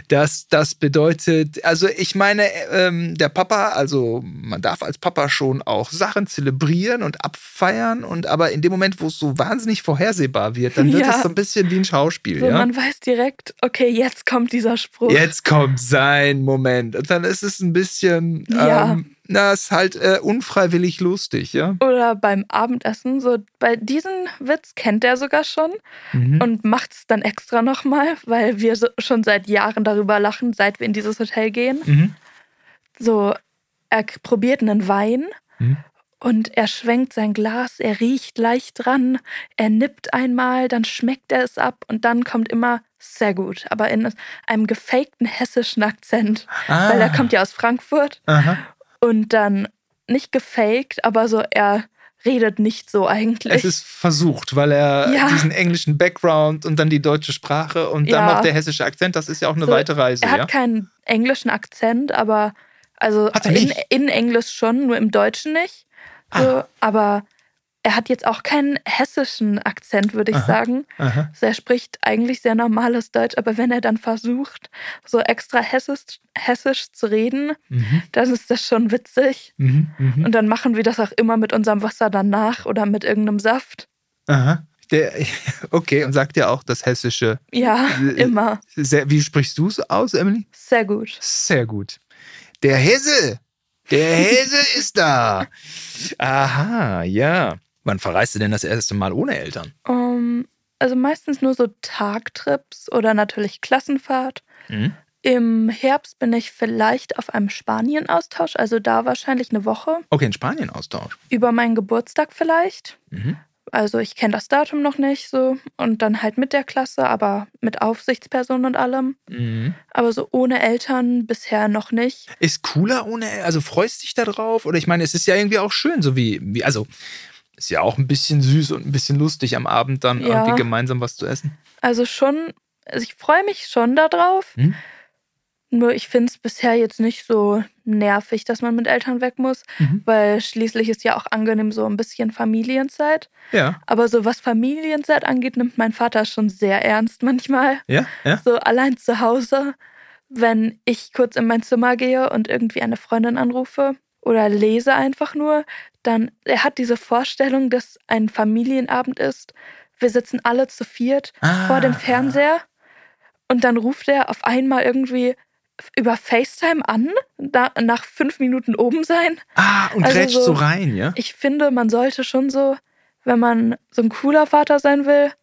[SPEAKER 1] Das, das bedeutet, also ich meine, ähm, der Papa, also man darf als Papa schon auch Sachen zelebrieren und abfeiern und aber in dem Moment, wo es so wahnsinnig vorhersehbar wird, dann wird
[SPEAKER 2] Ja.
[SPEAKER 1] es so ein bisschen wie ein Schauspiel,
[SPEAKER 2] so
[SPEAKER 1] ja.
[SPEAKER 2] man weiß direkt, okay, jetzt kommt dieser Spruch.
[SPEAKER 1] Jetzt kommt sein Moment und dann ist es ein bisschen,
[SPEAKER 2] Ja.
[SPEAKER 1] ähm, na, ist halt äh, unfreiwillig lustig, ja.
[SPEAKER 2] Oder beim Abendessen, so bei diesem Witz kennt er sogar schon
[SPEAKER 1] Mhm.
[SPEAKER 2] und macht es dann extra nochmal, weil wir so, schon seit Jahren darüber lachen, seit wir in dieses Hotel gehen.
[SPEAKER 1] Mhm.
[SPEAKER 2] So, er k- probiert einen Wein
[SPEAKER 1] Mhm.
[SPEAKER 2] und er schwenkt sein Glas, er riecht leicht dran, er nippt einmal, dann schmeckt er es ab und dann kommt immer sehr gut, aber in einem gefakten hessischen Akzent,
[SPEAKER 1] Ah.
[SPEAKER 2] weil er kommt ja aus Frankfurt
[SPEAKER 1] Aha.
[SPEAKER 2] und dann nicht gefaked, aber so er redet nicht so eigentlich.
[SPEAKER 1] Es ist versucht, weil er
[SPEAKER 2] Ja.
[SPEAKER 1] diesen englischen Background und dann die deutsche Sprache und dann
[SPEAKER 2] Ja.
[SPEAKER 1] noch der hessische Akzent, das ist ja auch eine
[SPEAKER 2] So,
[SPEAKER 1] weite Reise,
[SPEAKER 2] Er hat
[SPEAKER 1] ja.
[SPEAKER 2] keinen englischen Akzent, aber also
[SPEAKER 1] Hat er
[SPEAKER 2] in,
[SPEAKER 1] nicht? Ah.
[SPEAKER 2] in Englisch schon, nur im Deutschen nicht. So, aber er hat jetzt auch keinen hessischen Akzent, würde ich
[SPEAKER 1] Aha.
[SPEAKER 2] sagen.
[SPEAKER 1] Aha.
[SPEAKER 2] Also er spricht eigentlich sehr normales Deutsch, aber wenn er dann versucht, so extra hessisch, hessisch zu reden,
[SPEAKER 1] Mhm.
[SPEAKER 2] dann ist das schon witzig.
[SPEAKER 1] Mhm. Mhm.
[SPEAKER 2] Und dann machen wir das auch immer mit unserem Wasser danach oder mit irgendeinem Saft.
[SPEAKER 1] Aha. Der, okay, und sagt ja auch das Hessische.
[SPEAKER 2] Ja,
[SPEAKER 1] Äh,
[SPEAKER 2] immer.
[SPEAKER 1] Sehr, wie sprichst du es aus, Emily?
[SPEAKER 2] Sehr gut.
[SPEAKER 1] Sehr gut.
[SPEAKER 3] Der Hesse! Der Hesse ist da!
[SPEAKER 1] Aha, ja.
[SPEAKER 3] Wann verreist du denn das erste Mal ohne Eltern?
[SPEAKER 2] Ähm, also meistens nur so Tagtrips oder natürlich Klassenfahrt.
[SPEAKER 1] Mhm.
[SPEAKER 2] Im Herbst bin ich vielleicht auf einem Spanien-Austausch, also da wahrscheinlich eine Woche.
[SPEAKER 1] Okay, in Spanien Austausch.
[SPEAKER 2] Über meinen Geburtstag vielleicht.
[SPEAKER 1] Mhm.
[SPEAKER 2] Also ich kenne das Datum noch nicht so. Und dann halt mit der Klasse, aber mit Aufsichtsperson und allem.
[SPEAKER 1] Mhm.
[SPEAKER 2] Aber so ohne Eltern bisher noch nicht.
[SPEAKER 1] Ist cooler ohne, El- also freust dich da drauf? Oder ich meine, es ist ja irgendwie auch schön, so wie, wie also ist ja auch ein bisschen süß und ein bisschen lustig am Abend dann
[SPEAKER 2] Ja.
[SPEAKER 1] irgendwie gemeinsam was zu essen.
[SPEAKER 2] Also schon, also ich freue mich schon darauf.
[SPEAKER 1] Hm?
[SPEAKER 2] Nur ich finde es bisher jetzt nicht so nervig, dass man mit Eltern weg muss,
[SPEAKER 1] Mhm.
[SPEAKER 2] weil schließlich ist ja auch angenehm so ein bisschen Familienzeit.
[SPEAKER 1] Ja,
[SPEAKER 2] Aber so was Familienzeit angeht, nimmt mein Vater schon sehr ernst manchmal.
[SPEAKER 1] ja, ja.
[SPEAKER 2] So allein zu Hause, wenn ich kurz in mein Zimmer gehe und irgendwie eine Freundin anrufe oder lese einfach nur, dann er hat diese Vorstellung, dass ein Familienabend ist. Wir sitzen alle zu viert
[SPEAKER 1] Ah.
[SPEAKER 2] vor dem Fernseher und dann ruft er auf einmal irgendwie über FaceTime an, da, nach fünf Minuten oben sein.
[SPEAKER 1] Ah, und
[SPEAKER 2] Also
[SPEAKER 1] grätscht
[SPEAKER 2] so-
[SPEAKER 1] so rein, ja?
[SPEAKER 2] Ich finde, man sollte schon so, wenn man so ein cooler Vater sein will,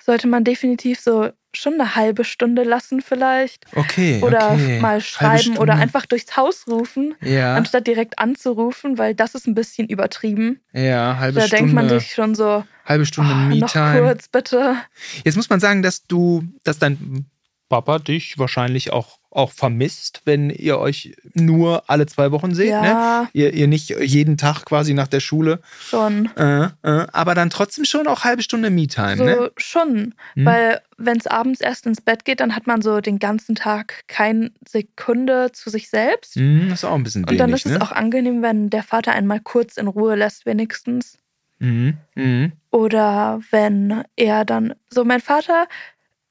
[SPEAKER 2] sollte man definitiv so schon eine halbe Stunde lassen vielleicht
[SPEAKER 1] Okay.
[SPEAKER 2] oder
[SPEAKER 1] okay.
[SPEAKER 2] mal
[SPEAKER 1] Halbe
[SPEAKER 2] schreiben
[SPEAKER 1] Stunde.
[SPEAKER 2] oder einfach durchs Haus rufen,
[SPEAKER 1] Ja,
[SPEAKER 2] anstatt direkt anzurufen, weil das ist ein bisschen übertrieben.
[SPEAKER 1] ja, halbe
[SPEAKER 2] da
[SPEAKER 1] Stunde.
[SPEAKER 2] denkt man sich schon so,
[SPEAKER 1] halbe
[SPEAKER 2] oh,
[SPEAKER 1] Stunde
[SPEAKER 2] noch
[SPEAKER 1] Me-Time.
[SPEAKER 2] kurz bitte.
[SPEAKER 1] Jetzt muss man sagen, dass du, dass dein Papa dich wahrscheinlich auch, auch vermisst, wenn ihr euch nur alle zwei Wochen seht, ne?
[SPEAKER 2] Ja,
[SPEAKER 1] Ihr, ihr nicht jeden Tag quasi nach der Schule.
[SPEAKER 2] schon.
[SPEAKER 1] Äh, äh, aber dann trotzdem schon auch halbe Stunde Me-Time,
[SPEAKER 2] So
[SPEAKER 1] ne?
[SPEAKER 2] schon,
[SPEAKER 1] Hm.
[SPEAKER 2] weil wenn es abends erst ins Bett geht, dann hat man so den ganzen Tag keine Sekunde zu sich selbst.
[SPEAKER 1] Hm, das ist auch ein bisschen
[SPEAKER 2] Und
[SPEAKER 1] wenig,
[SPEAKER 2] dann ist
[SPEAKER 1] ne?
[SPEAKER 2] es auch angenehm, wenn der Vater einmal kurz in Ruhe lässt, wenigstens.
[SPEAKER 1] Mhm, mhm.
[SPEAKER 2] Oder wenn er dann. So, mein Vater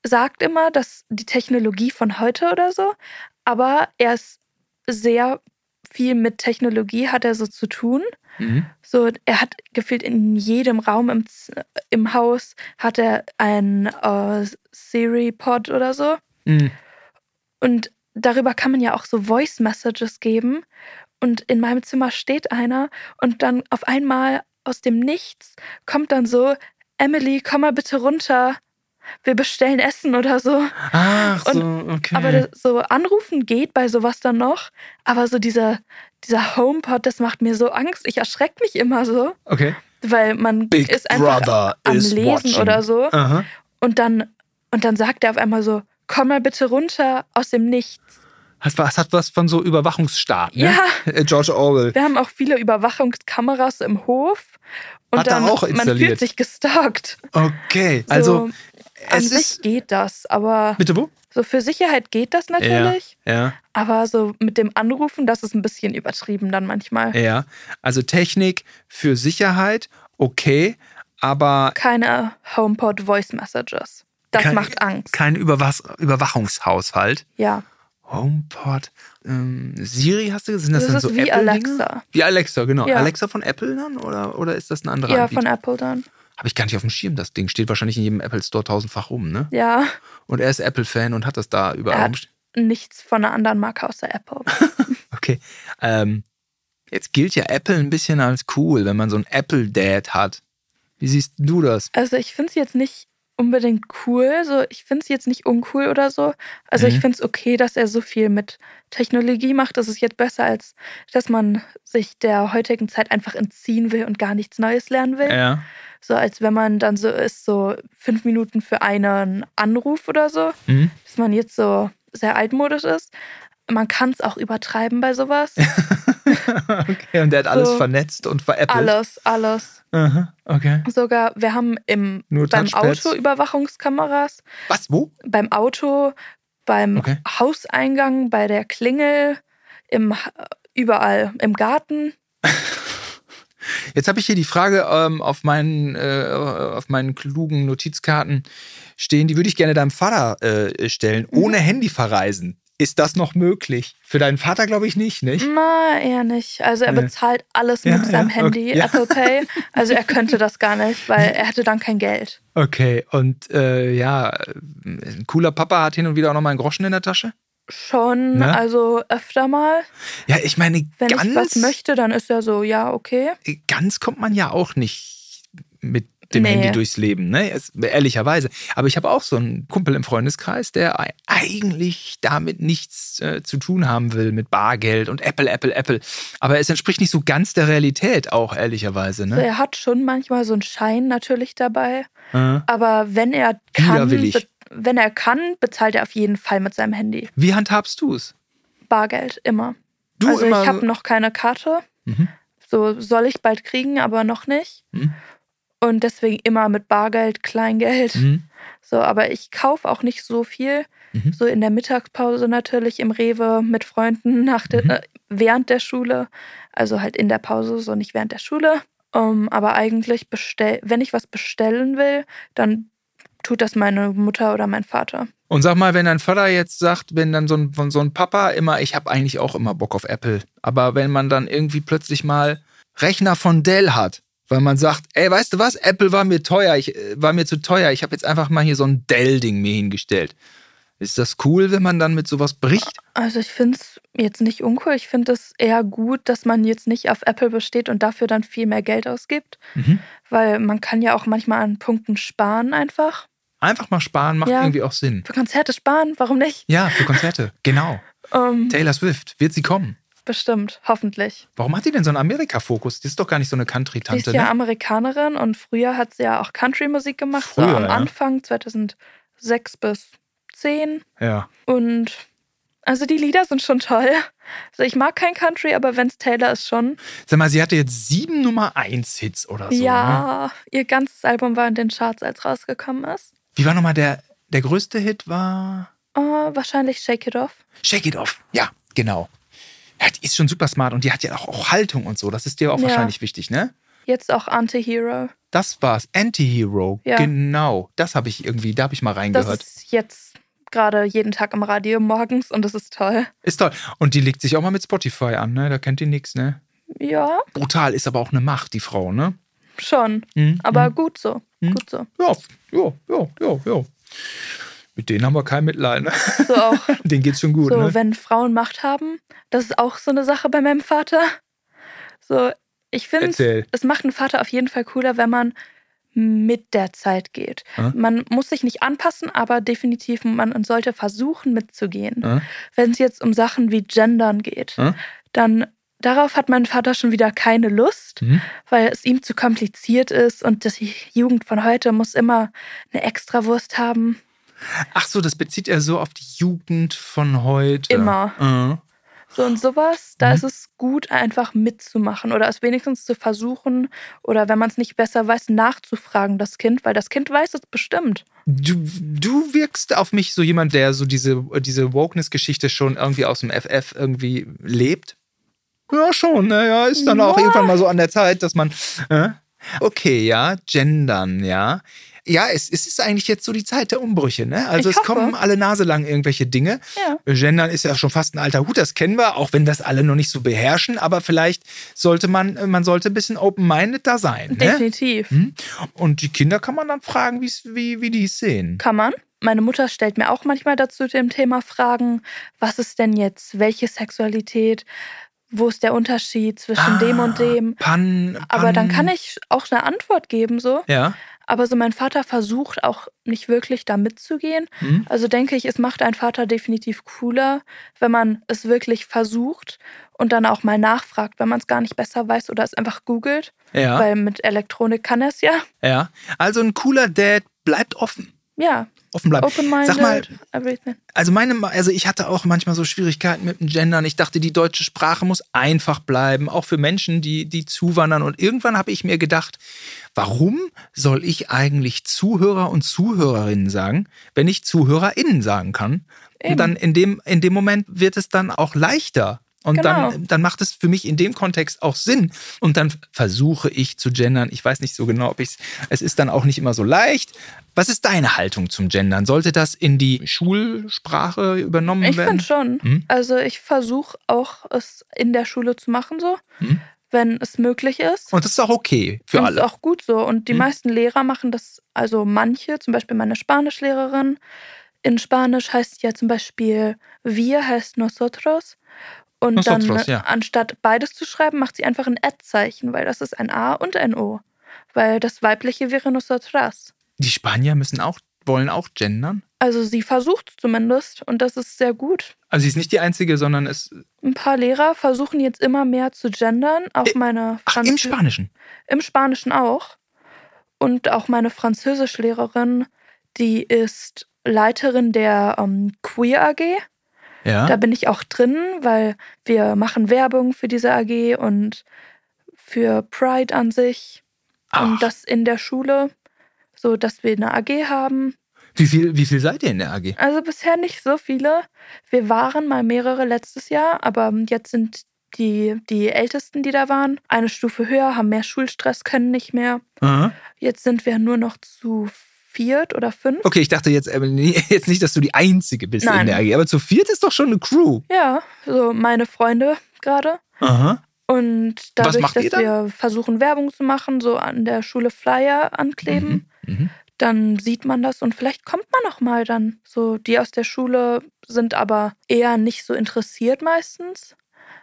[SPEAKER 2] sagt immer, dass die Technologie von heute oder so, aber er ist sehr viel mit Technologie hat er so zu tun.
[SPEAKER 1] Mhm.
[SPEAKER 2] So, er hat gefühlt in jedem Raum im, Z- im Haus hat er ein äh, Siri-Pod oder so.
[SPEAKER 1] Mhm.
[SPEAKER 2] Und darüber kann man ja auch so Voice Messages geben. Und in meinem Zimmer steht einer und dann auf einmal aus dem Nichts kommt dann so, Emily, komm mal bitte runter. Wir bestellen Essen oder so.
[SPEAKER 1] Ach so, okay.
[SPEAKER 2] Aber das, so anrufen geht bei sowas dann noch. Aber so dieser, dieser HomePod, das macht mir so Angst. Ich erschrecke mich immer so,
[SPEAKER 1] okay.
[SPEAKER 2] weil man
[SPEAKER 3] Big
[SPEAKER 2] ist einfach
[SPEAKER 3] Brother
[SPEAKER 2] am
[SPEAKER 3] is
[SPEAKER 2] Lesen
[SPEAKER 3] watching.
[SPEAKER 2] oder so.
[SPEAKER 1] Aha.
[SPEAKER 2] Und dann, und dann sagt er auf einmal so, komm mal bitte runter aus dem Nichts.
[SPEAKER 1] Hat, was- hat was von so Überwachungsstaat, ne?
[SPEAKER 2] Ja.
[SPEAKER 1] Äh, George Orwell.
[SPEAKER 2] Wir haben auch viele Überwachungskameras im Hof. Und
[SPEAKER 1] Hat er
[SPEAKER 2] dann,
[SPEAKER 1] auch
[SPEAKER 2] man fühlt
[SPEAKER 1] installiert.
[SPEAKER 2] sich gestalkt.
[SPEAKER 1] Okay,
[SPEAKER 2] So,
[SPEAKER 1] also
[SPEAKER 2] An
[SPEAKER 1] es
[SPEAKER 2] sich
[SPEAKER 1] ist.
[SPEAKER 2] geht das, aber
[SPEAKER 1] Bitte wo?
[SPEAKER 2] so für Sicherheit geht das natürlich.
[SPEAKER 1] Ja,
[SPEAKER 2] Aber so mit dem Anrufen, das ist ein bisschen übertrieben dann manchmal.
[SPEAKER 1] ja. Also Technik für Sicherheit, okay, aber
[SPEAKER 2] Keine HomePod Voice Messages. Das
[SPEAKER 1] Kein-
[SPEAKER 2] macht Angst.
[SPEAKER 1] kein Überwas Überwachungshaushalt.
[SPEAKER 2] Ja,
[SPEAKER 1] HomePod, ähm, Siri hast du gesehen? Das,
[SPEAKER 2] Das
[SPEAKER 1] sind
[SPEAKER 2] ist
[SPEAKER 1] so
[SPEAKER 2] wie
[SPEAKER 1] Apple-Dinge?
[SPEAKER 2] Alexa.
[SPEAKER 1] Wie Alexa, genau.
[SPEAKER 2] Ja.
[SPEAKER 1] Alexa von Apple dann? Oder, oder ist das ein anderer
[SPEAKER 2] ja von
[SPEAKER 1] Anbieter?
[SPEAKER 2] Apple dann.
[SPEAKER 1] Habe ich gar nicht auf dem Schirm, das Ding. Steht wahrscheinlich in jedem Apple Store tausendfach rum, ne?
[SPEAKER 2] Ja,
[SPEAKER 1] Und er ist Apple-Fan und hat das da überall
[SPEAKER 2] Er hat-
[SPEAKER 1] rumstehen.
[SPEAKER 2] nichts von einer anderen Marke außer Apple.
[SPEAKER 1] Okay. Ähm, jetzt gilt ja Apple ein bisschen als cool, wenn man so einen Apple-Dad hat. Wie siehst du das?
[SPEAKER 2] Also ich finde es jetzt nicht unbedingt cool, so ich finde es jetzt nicht uncool oder so. Also ich
[SPEAKER 1] Mhm.
[SPEAKER 2] finde es okay, dass er so viel mit Technologie macht. Das ist jetzt besser, als dass man sich der heutigen Zeit einfach entziehen will und gar nichts Neues lernen will.
[SPEAKER 1] Ja.
[SPEAKER 2] So als wenn man dann so ist, so fünf Minuten für einen Anruf oder so,
[SPEAKER 1] Mhm.
[SPEAKER 2] dass man jetzt so sehr altmodisch ist. Man kann es auch übertreiben bei sowas.
[SPEAKER 1] Okay, und der hat alles
[SPEAKER 2] So.
[SPEAKER 1] vernetzt und veräppelt.
[SPEAKER 2] alles, alles.
[SPEAKER 1] Aha, okay.
[SPEAKER 2] Sogar, wir haben im
[SPEAKER 1] Nur
[SPEAKER 2] beim
[SPEAKER 1] Touchpads.
[SPEAKER 2] Auto Überwachungskameras.
[SPEAKER 1] Was? Wo?
[SPEAKER 2] beim Auto, beim
[SPEAKER 1] Okay.
[SPEAKER 2] Hauseingang, bei der Klingel, im Ha- überall im Garten.
[SPEAKER 1] Jetzt habe ich hier die Frage ähm, auf, meinen, äh, auf meinen klugen Notizkarten stehen, die würde ich gerne deinem Vater äh, stellen.
[SPEAKER 2] Mhm.
[SPEAKER 1] Ohne Handy verreisen. Ist das noch möglich? Für deinen Vater glaube ich nicht,
[SPEAKER 2] Mhm.
[SPEAKER 1] nicht?
[SPEAKER 2] Na, eher nicht. Also er
[SPEAKER 1] Nee.
[SPEAKER 2] bezahlt alles
[SPEAKER 1] Ja,
[SPEAKER 2] mit seinem
[SPEAKER 1] ja,
[SPEAKER 2] Handy,
[SPEAKER 1] okay, ja.
[SPEAKER 2] Apple Pay. Also er könnte das gar nicht, weil er hätte dann kein Geld.
[SPEAKER 1] Okay, und äh, ja, ein cooler Papa hat hin und wieder auch nochmal einen Groschen in der Tasche.
[SPEAKER 2] Schon,
[SPEAKER 1] Ne?
[SPEAKER 2] also öfter mal.
[SPEAKER 1] Ja, ich meine,
[SPEAKER 2] Wenn ich was
[SPEAKER 1] ganz,
[SPEAKER 2] möchte, dann ist er so, ja, okay.
[SPEAKER 1] ganz kommt man ja auch nicht mit dem
[SPEAKER 2] Nee.
[SPEAKER 1] Handy durchs Leben, ne? Es, ehrlicherweise. Aber ich habe auch so einen Kumpel im Freundeskreis, der ei- eigentlich damit nichts äh, zu tun haben will mit Bargeld und Apple, Apple, Apple. Aber es entspricht nicht so ganz der Realität auch, ehrlicherweise, ne?
[SPEAKER 2] Er hat schon manchmal so einen Schein natürlich dabei.
[SPEAKER 1] Äh.
[SPEAKER 2] Aber wenn er kann,
[SPEAKER 1] Widerwillig.
[SPEAKER 2] be- wenn er kann, bezahlt er auf jeden Fall mit seinem Handy.
[SPEAKER 1] Wie handhabst du es?
[SPEAKER 2] Bargeld, immer.
[SPEAKER 1] Du
[SPEAKER 2] also
[SPEAKER 1] immer-
[SPEAKER 2] ich habe noch keine Karte.
[SPEAKER 1] Mhm.
[SPEAKER 2] So soll ich bald kriegen, aber noch nicht.
[SPEAKER 1] Mhm.
[SPEAKER 2] Und deswegen immer mit Bargeld, Kleingeld.
[SPEAKER 1] Hm?
[SPEAKER 2] So, aber ich kaufe auch nicht so viel.
[SPEAKER 1] Mhm.
[SPEAKER 2] So in der Mittagspause natürlich im Rewe mit Freunden nach der,
[SPEAKER 1] Mhm.
[SPEAKER 2] äh, während der Schule. Also halt in der Pause, so nicht während der Schule. Ähm, aber eigentlich, bestell, wenn ich was bestellen will, dann tut das meine Mutter oder mein Vater.
[SPEAKER 1] Und sag mal, wenn dein Vater jetzt sagt, wenn dann so ein, von so ein Papa immer, ich habe eigentlich auch immer Bock auf Apple, aber wenn man dann irgendwie plötzlich mal Rechner von Dell hat, weil man sagt, ey, weißt du was, Apple war mir teuer, ich äh, war mir zu teuer, ich habe jetzt einfach mal hier so ein Dell-Ding mir hingestellt. Ist das cool, wenn man dann mit sowas bricht?
[SPEAKER 2] Also ich finde es jetzt nicht uncool. Ich finde es eher gut, dass man jetzt nicht auf Apple besteht und dafür dann viel mehr Geld ausgibt.
[SPEAKER 1] Mhm.
[SPEAKER 2] Weil man kann ja auch manchmal an Punkten sparen einfach.
[SPEAKER 1] Einfach mal sparen macht
[SPEAKER 2] Ja.
[SPEAKER 1] irgendwie auch Sinn.
[SPEAKER 2] Für Konzerte sparen, warum nicht?
[SPEAKER 1] Ja, für Konzerte, genau.
[SPEAKER 2] Ähm,
[SPEAKER 1] Taylor Swift, wird sie kommen?
[SPEAKER 2] bestimmt, hoffentlich.
[SPEAKER 1] Warum hat die denn so einen Amerika-Fokus? Die ist doch gar nicht so eine
[SPEAKER 2] Sie ist
[SPEAKER 1] Country-Tante,
[SPEAKER 2] ja
[SPEAKER 1] ne?
[SPEAKER 2] Amerikanerin und früher hat sie ja auch Country-Musik gemacht, so
[SPEAKER 1] Früher,
[SPEAKER 2] am
[SPEAKER 1] ja.
[SPEAKER 2] Anfang 2006 bis 10
[SPEAKER 1] Ja.
[SPEAKER 2] und also die Lieder sind schon toll. Also ich mag kein Country, aber wenn's Taylor ist schon.
[SPEAKER 1] Sag mal, sie hatte jetzt sieben Nummer eins hits oder so. Ne?
[SPEAKER 2] ja, ihr ganzes Album war in den Charts, als rausgekommen ist.
[SPEAKER 1] Wie war nochmal der, der größte Hit war?
[SPEAKER 2] Äh, wahrscheinlich Shake It Off.
[SPEAKER 1] Shake It Off. Ja, genau. Ja, die ist schon super smart und die hat ja auch, auch Haltung und so. Das ist dir auch
[SPEAKER 2] Ja.
[SPEAKER 1] wahrscheinlich wichtig, ne?
[SPEAKER 2] Jetzt auch Anti-Hero.
[SPEAKER 1] Das war's. Anti-Hero.
[SPEAKER 2] Ja.
[SPEAKER 1] Genau. Das habe ich irgendwie, da habe ich mal
[SPEAKER 2] Das
[SPEAKER 1] reingehört. Ist,
[SPEAKER 2] ist jetzt gerade jeden Tag im Radio morgens und das ist toll.
[SPEAKER 1] toll. Und die legt sich auch mal mit Spotify an, ne? Da kennt die nichts, ne?
[SPEAKER 2] Ja,
[SPEAKER 1] Brutal ist aber auch eine Macht, die Frau, ne?
[SPEAKER 2] schon.
[SPEAKER 1] Mhm.
[SPEAKER 2] Aber gut so. Gut so.
[SPEAKER 1] Ja, ja, ja, ja, ja. Mit denen haben wir kein Mitleid, ne?
[SPEAKER 2] So auch
[SPEAKER 1] Denen geht's schon gut,
[SPEAKER 2] so,
[SPEAKER 1] ne?
[SPEAKER 2] wenn Frauen Macht haben, das ist auch so eine Sache bei meinem Vater. So, ich finde,
[SPEAKER 1] Erzähl.
[SPEAKER 2] es macht einen Vater auf jeden Fall cooler, wenn man mit der Zeit geht.
[SPEAKER 1] Ja.
[SPEAKER 2] Man muss sich nicht anpassen, aber definitiv man sollte versuchen mitzugehen.
[SPEAKER 1] Ja.
[SPEAKER 2] Wenn es jetzt um Sachen wie Gendern geht,
[SPEAKER 1] Ja.
[SPEAKER 2] dann darauf hat mein Vater schon wieder keine Lust,
[SPEAKER 1] Mhm.
[SPEAKER 2] weil es ihm zu kompliziert ist und die Jugend von heute muss immer eine Extrawurst haben.
[SPEAKER 1] Ach so, das bezieht er so auf die Jugend von heute.
[SPEAKER 2] Immer.
[SPEAKER 1] Mhm.
[SPEAKER 2] So und sowas, da
[SPEAKER 1] Mhm.
[SPEAKER 2] ist es gut, einfach mitzumachen oder es wenigstens zu versuchen oder wenn man es nicht besser weiß, nachzufragen, das Kind, weil das Kind weiß es bestimmt.
[SPEAKER 1] Du, du wirkst auf mich so jemand, der so diese, diese Wokeness-Geschichte schon irgendwie aus dem FF irgendwie lebt. Ja, schon. Naja, ist dann auch
[SPEAKER 2] Ja.
[SPEAKER 1] irgendwann mal so an der Zeit, dass man. Äh? Okay, ja, gendern, ja. Ja, es, es ist eigentlich jetzt so die Zeit der Umbrüche, ne? Also
[SPEAKER 2] Ich
[SPEAKER 1] es
[SPEAKER 2] hoffe.
[SPEAKER 1] kommen alle Nase lang irgendwelche Dinge.
[SPEAKER 2] Ja.
[SPEAKER 1] Gendern ist ja schon fast ein alter Hut, das kennen wir, auch wenn das alle noch nicht so beherrschen, aber vielleicht sollte man, man sollte ein bisschen open-minded da sein. Ne?
[SPEAKER 2] Definitiv.
[SPEAKER 1] Hm? Und die Kinder kann man dann fragen, wie's- wie, wie die es sehen.
[SPEAKER 2] Kann man. Meine Mutter stellt mir auch manchmal dazu dem Thema Fragen, was ist denn jetzt, welche Sexualität, wo ist der Unterschied zwischen dem und dem?
[SPEAKER 1] Ah, Pan, Pan,
[SPEAKER 2] Aber dann kann ich auch eine Antwort geben, so.
[SPEAKER 1] Ja.
[SPEAKER 2] Aber so mein Vater versucht auch nicht wirklich da mitzugehen.
[SPEAKER 1] Hm?
[SPEAKER 2] Also denke ich, es macht einen Vater definitiv cooler, wenn man es wirklich versucht und dann auch mal nachfragt, wenn man es gar nicht besser weiß oder es einfach googelt,
[SPEAKER 1] Ja.
[SPEAKER 2] weil mit Elektronik kann er es ja.
[SPEAKER 1] ja. Also ein cooler Dad bleibt offen.
[SPEAKER 2] Ja,
[SPEAKER 1] Offen bleiben. Sag mal,
[SPEAKER 2] open-minded, everything.
[SPEAKER 1] also meine, Ma- also ich hatte auch manchmal so Schwierigkeiten mit dem Gendern. Ich dachte, die deutsche Sprache muss einfach bleiben, auch für Menschen, die, die zuwandern. Und irgendwann habe ich mir gedacht, warum soll ich eigentlich Zuhörer und Zuhörerinnen sagen, wenn ich ZuhörerInnen sagen kann? Und dann in dem, in dem Moment wird es dann auch leichter. Und
[SPEAKER 2] Genau.
[SPEAKER 1] dann, dann macht es für mich in dem Kontext auch Sinn. Und dann versuche ich zu gendern. Ich weiß nicht so genau, ob ich es. Es ist dann auch nicht immer so leicht. Was ist deine Haltung zum Gendern? Sollte das in die Schulsprache übernommen
[SPEAKER 2] Ich
[SPEAKER 1] werden?
[SPEAKER 2] finde schon.
[SPEAKER 1] Hm?
[SPEAKER 2] Also ich versuche auch, es in der Schule zu machen, so,
[SPEAKER 1] Hm?
[SPEAKER 2] wenn es möglich ist.
[SPEAKER 1] Und das ist auch okay für
[SPEAKER 2] Und
[SPEAKER 1] alle.
[SPEAKER 2] ist auch gut so. Und die
[SPEAKER 1] Hm.
[SPEAKER 2] meisten Lehrer machen das, also manche, zum Beispiel meine Spanischlehrerin, in Spanisch heißt ja zum Beispiel wir heißt nosotros. Und
[SPEAKER 1] Nosotros,
[SPEAKER 2] dann,
[SPEAKER 1] ja.
[SPEAKER 2] anstatt beides zu schreiben, macht sie einfach ein Ad-Zeichen, weil das ist ein A und ein O. Weil das weibliche wäre nosotras.
[SPEAKER 1] Die Spanier müssen auch, wollen auch gendern.
[SPEAKER 2] Also sie versucht zumindest und das ist sehr gut.
[SPEAKER 1] Also sie ist nicht die einzige, sondern es.
[SPEAKER 2] Ein paar Lehrer versuchen jetzt immer mehr zu gendern, auch
[SPEAKER 1] Äh,
[SPEAKER 2] meine
[SPEAKER 1] Ach, im
[SPEAKER 2] Franzö-
[SPEAKER 1] Spanischen.
[SPEAKER 2] Im Spanischen auch. Und auch meine Französischlehrerin, die ist Leiterin der ähm, Queer AG. Da
[SPEAKER 1] Ja.
[SPEAKER 2] bin ich auch drin, weil wir machen Werbung für diese AG und für Pride an sich.
[SPEAKER 1] Ach,
[SPEAKER 2] Und das in der Schule, so dass wir eine AG haben.
[SPEAKER 1] wie, viel, wie viel seid ihr in der AG?
[SPEAKER 2] Also bisher nicht so viele. Wir waren mal mehrere letztes Jahr, aber jetzt sind die, die Ältesten, die da waren, eine Stufe höher, haben mehr Schulstress, können nicht mehr.
[SPEAKER 1] Aha.
[SPEAKER 2] Jetzt sind wir nur noch zu viert oder fünf.
[SPEAKER 1] Okay, ich dachte jetzt, Evelyn, jetzt nicht, dass du die Einzige bist in
[SPEAKER 2] Nein.
[SPEAKER 1] der AG, aber zu viert ist doch schon eine Crew.
[SPEAKER 2] Ja, so meine Freunde gerade.
[SPEAKER 1] Aha.
[SPEAKER 2] Und
[SPEAKER 1] Was
[SPEAKER 2] dadurch,
[SPEAKER 1] macht
[SPEAKER 2] dass
[SPEAKER 1] ihr dann?
[SPEAKER 2] wir versuchen, Werbung zu machen, so an der Schule Flyer ankleben,
[SPEAKER 1] Mhm. Mhm.
[SPEAKER 2] dann sieht man das und vielleicht kommt man auch mal dann. So, die aus der Schule sind aber eher nicht so interessiert meistens.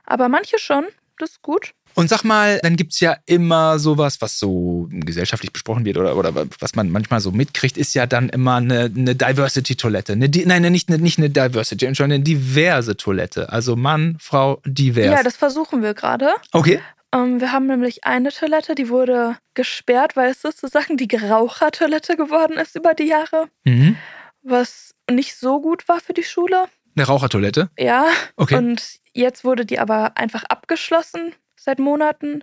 [SPEAKER 2] Aber manche schon, das ist gut.
[SPEAKER 1] Und sag mal, dann gibt es ja immer sowas, was so gesellschaftlich besprochen wird oder, oder was man manchmal so mitkriegt, ist ja dann immer eine, eine Diversity-Toilette. Eine, Di- nein, nicht, nicht eine Diversity, Entschuldigung, eine diverse Toilette. Also Mann, Frau, divers.
[SPEAKER 2] Ja, das versuchen wir gerade.
[SPEAKER 1] okay.
[SPEAKER 2] Ähm, wir haben nämlich eine Toilette, die wurde gesperrt, weil es sozusagen die Rauchertoilette geworden ist über die Jahre.
[SPEAKER 1] Mhm.
[SPEAKER 2] was nicht so gut war für die Schule.
[SPEAKER 1] Eine Rauchertoilette.
[SPEAKER 2] Ja.
[SPEAKER 1] Okay.
[SPEAKER 2] Und jetzt wurde die aber einfach abgeschlossen seit Monaten.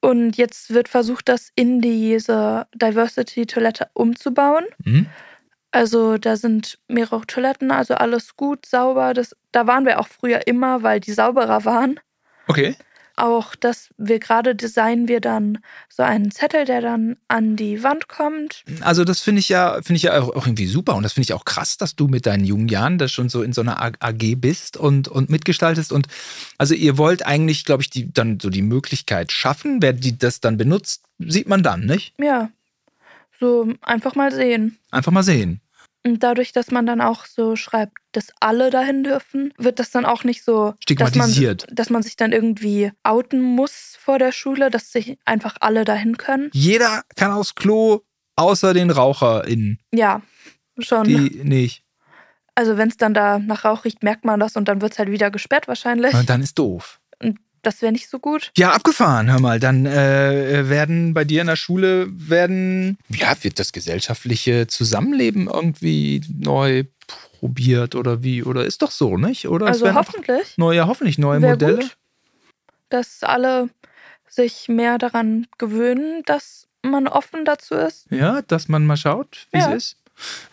[SPEAKER 2] Und jetzt wird versucht, das in diese Diversity-Toilette umzubauen.
[SPEAKER 1] Mhm.
[SPEAKER 2] Also da sind mehrere Toiletten, also alles gut, sauber. Das, da waren wir auch früher immer, weil die sauberer waren.
[SPEAKER 1] Okay.
[SPEAKER 2] Auch dass wir gerade designen wir dann so einen Zettel, der dann an die Wand kommt.
[SPEAKER 1] Also das finde ich ja, finde ich ja auch, auch irgendwie super und das finde ich auch krass, dass du mit deinen jungen Jahren da schon so in so einer A- AG bist und, und mitgestaltest und also ihr wollt eigentlich, glaube ich, die dann so die Möglichkeit schaffen, wer die das dann benutzt, sieht man dann, nicht?
[SPEAKER 2] Ja. So einfach mal sehen.
[SPEAKER 1] Einfach mal sehen.
[SPEAKER 2] Und dadurch, dass man dann auch so schreibt, dass alle dahin dürfen, wird das dann auch nicht so
[SPEAKER 1] Stigmatisiert.
[SPEAKER 2] Dass man, dass man sich dann irgendwie outen muss vor der Schule, dass sich einfach alle dahin können.
[SPEAKER 1] Jeder kann aufs Klo, außer den RaucherInnen,
[SPEAKER 2] Ja, schon.
[SPEAKER 1] die nicht.
[SPEAKER 2] also wenn es dann da nach Rauch riecht, merkt man das und dann wird es halt wieder gesperrt wahrscheinlich.
[SPEAKER 1] Und dann ist doof.
[SPEAKER 2] Und das wäre nicht so gut.
[SPEAKER 1] Ja, abgefahren, hör mal. Dann äh, werden bei dir in der Schule werden, ja, wird das gesellschaftliche Zusammenleben irgendwie neu probiert oder wie? Oder ist doch so, nicht? Oder es
[SPEAKER 2] also
[SPEAKER 1] werden einfach
[SPEAKER 2] hoffentlich
[SPEAKER 1] neue, hoffentlich neue
[SPEAKER 2] wär
[SPEAKER 1] Modelle.
[SPEAKER 2] gut, dass alle sich mehr daran gewöhnen, dass man offen dazu ist.
[SPEAKER 1] Ja, dass man mal schaut, wie
[SPEAKER 2] Ja.
[SPEAKER 1] es ist.